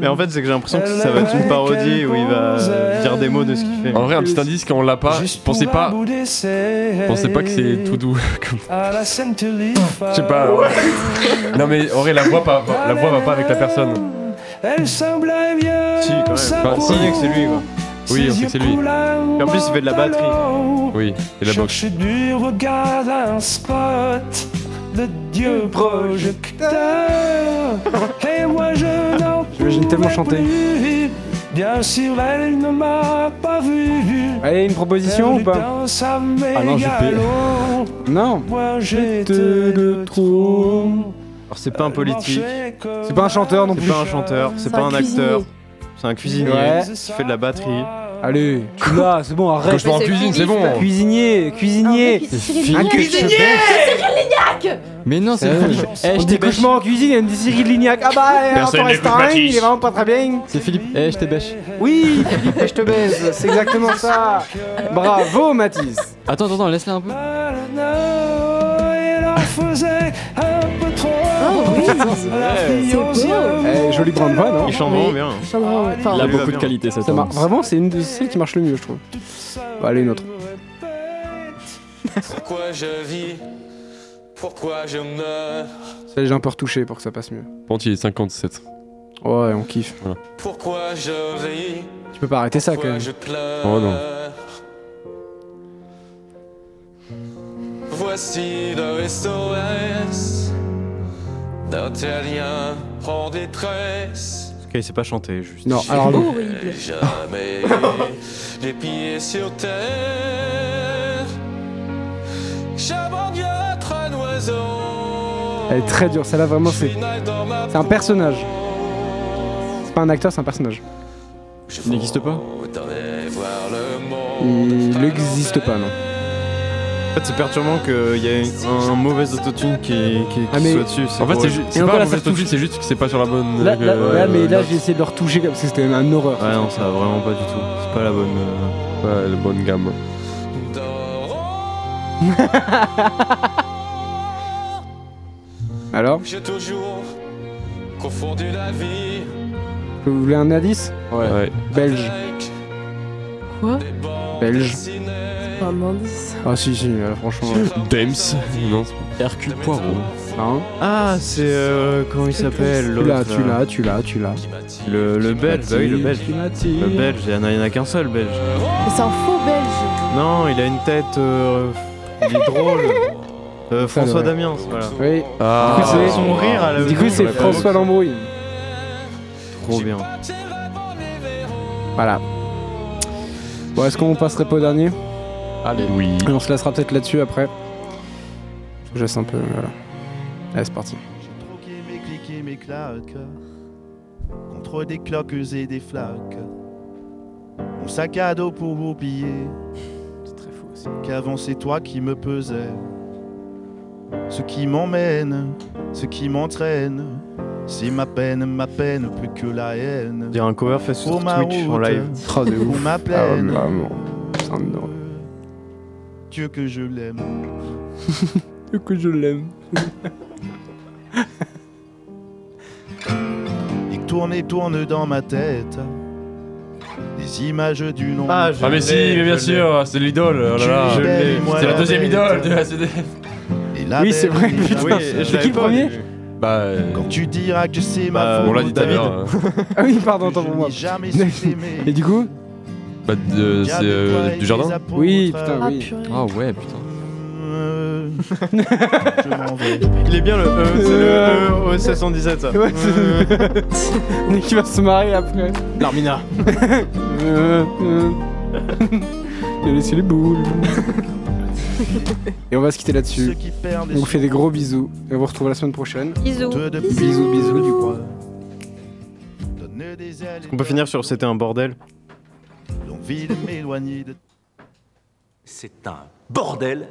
Mais en fait, c'est que j'ai l'impression que ça va être une parodie où il va euh, dire des mots de ce qu'il fait.
En vrai, un petit indice quand on l'a pas, pensez Ah, pas, pensez pas que c'est tout doux. comme- Je sais pas. non mais en vrai, la voix pas, la voix va pas avec la personne.
Elle semblait bien.
Si, quand même. Bah, si, que c'est lui, quoi.
Oui, on sait que c'est lui.
Et en plus, il fait de la batterie.
Oui, et la boxe.
Cherche du regard un spot de Dieu projecteur. Et moi je n'en
J'imagine tellement chanter.
plus. Bien sûr, elle ne m'a pas vu.
Allez, une proposition ou pas
Dans sa
Ah non, j'ai payé.
mégalo,
Non
Moi je
te le trouve.
Alors, c'est pas un politique,
C'est pas un chanteur non
c'est
plus.
pas un chanteur, c'est
C'est
pas
un
un acteur,
cuisinier.
c'est un cuisinier
Ouais.
qui fait de la batterie.
Eh. Allez, tu l'as, c'est bon, arrête.
Quand je vais en Mais c'est cuisine, c'est bon.
Cuisinier,
Ah,
Ah, cuisinier.
Lignac. C'est Cyril Lignac
Mais non,
c'est Philippe. Eh, je
On dit
t'ai
couchement en cuisine, il y a une dit Cyril Lignac. Ah bah, euh,
Personne
ton
n'écoute
restaurant,
Matisse.
il est vraiment pas très bien.
C'est Philippe. Eh, je t'ai bêche.
Oui, Philippe, et je te baise, c'est exactement ça. Bravo, Mathis.
Attends, attends, attends, laisse-la un peu.
Elle en faisait un peu trop.
Ah,
La fille aux yeux
Eh, jolie grande voix, non
Il chante vraiment bien.
Il chante vraiment- enfin, euh,
Il a
oui,
beaucoup
va
de
bien.
qualité, cet
Ça
homme.
marche. Vraiment, c'est une de celles qui marche le mieux, je trouve. Bah, allez, une autre.
Pourquoi je vis Pourquoi je meurs
Celle j'ai un peu retouché pour que ça passe mieux.
Ponty est 57.
Ouais, on kiffe.
Pourquoi je ris
Tu peux pas arrêter ça quand même.
Oh non.
Voici le SOS d'Italien en détresse.
Ok, il sait pas chanter, juste.
Non, alors non.
J'ai Jamais les pieds sur terre. J'abandonne un oiseau.
Elle est très dure, celle-là vraiment c'est. C'est un personnage. C'est pas un acteur, c'est un personnage.
Il n'existe pas
D'aller voir le monde.
Il n'existe pas, non.
En fait, c'est perturbant qu'il y ait un mauvais autotune qui, qui, qui soit dessus.
En fait, c'est ju- c'est pas un mauvais autotune, c'est juste que c'est pas sur la bonne.
Là, là-
euh,
là, mais là
note.
j'ai essayé de le retoucher comme si c'était un horreur.
Ouais, non, ça va vraiment pas du tout. C'est pas la bonne. euh,
Ouais, la bonne gamme.
Alors
J'ai toujours confondu la vie
Vous voulez un indice
Ouais.
Belge.
Quoi
Belge.
C'est pas Oh, un indice.
Ah si, si, euh, franchement.
Dems. Non. Hercule Poirot.
Ah, c'est. euh, comment il s'appelle
Hein Tu l'as,
l'autre,
tu
là
l'as, tu l'as, tu l'as.
Le, le belge, bah oui, le belge.
Timati.
Le belge, il y en a, il y en a qu'un seul belge.
Mais c'est un faux belge.
Non, il a une tête. euh, il est drôle. Euh, François
ouais.
Damiens, voilà.
Oui.
Ah.
Du coup, c'est-
Son rire à la
Du coup, c'est
la
François
perruque.
Lambrouille.
Trop bien.
Voilà. Bon, est-ce qu'on passerait pas au dernier
Allez. Oui.
Et on se laissera peut-être là-dessus après. Je laisse un peu. Voilà. Allez, c'est parti.
mes cliquets, mes claques Contre des cloques et des flaques Mon sac à dos pour oublier C'est très faux aussi Qu'avant c'est toi qui me pesais Ce qui m'emmène, ce qui m'entraîne C'est ma peine, ma peine, plus que la haine
Dire un cover fait sur
Pour ma
Twitch en
route,
live.
Oh, de ouf. pour ma plaine.
Ah, maman.
Putain, non.
Dieu que je l'aime
Du coup, je l'aime.
Et tourne et tourne dans ma tête des images du nom
Ah, je
Ah mais si,
l'ai,
mais bien
je l'ai.
sûr, c'est l'idole. Oh là là.
Je l'ai.
C'est la deuxième idole de la CD. Oui, c'est vrai, putain.
ben, Oui,
C'est qui le premier Bah. euh,
Quand tu diras que c'est ma
Bah,
faute.
on l'a dit tout à l'heure, hein.
David.
Ah oui, pardon, attends pour moi.
jamais
Et du coup
Bah, de- c'est euh, du jardin
Apôtres,
Ah,
Oui, putain, oui.
Ah ouais, Ah putain.
euh, veux. Je m'en vais.
Il est bien le E, c'est le E au 77 ça.
Ouais,
Euh.
c'est- On est qui va se marrer après.
Larmina.
Euh, euh. J'ai laissé les boules. Et on va se quitter là-dessus. On vous fait des gros bisous et on vous retrouve la semaine prochaine.
Bisous.
Bisous, bisous, du coup.
On peut finir sur c'était un bordel.
L'envie de m'éloigner de
C'est un bordel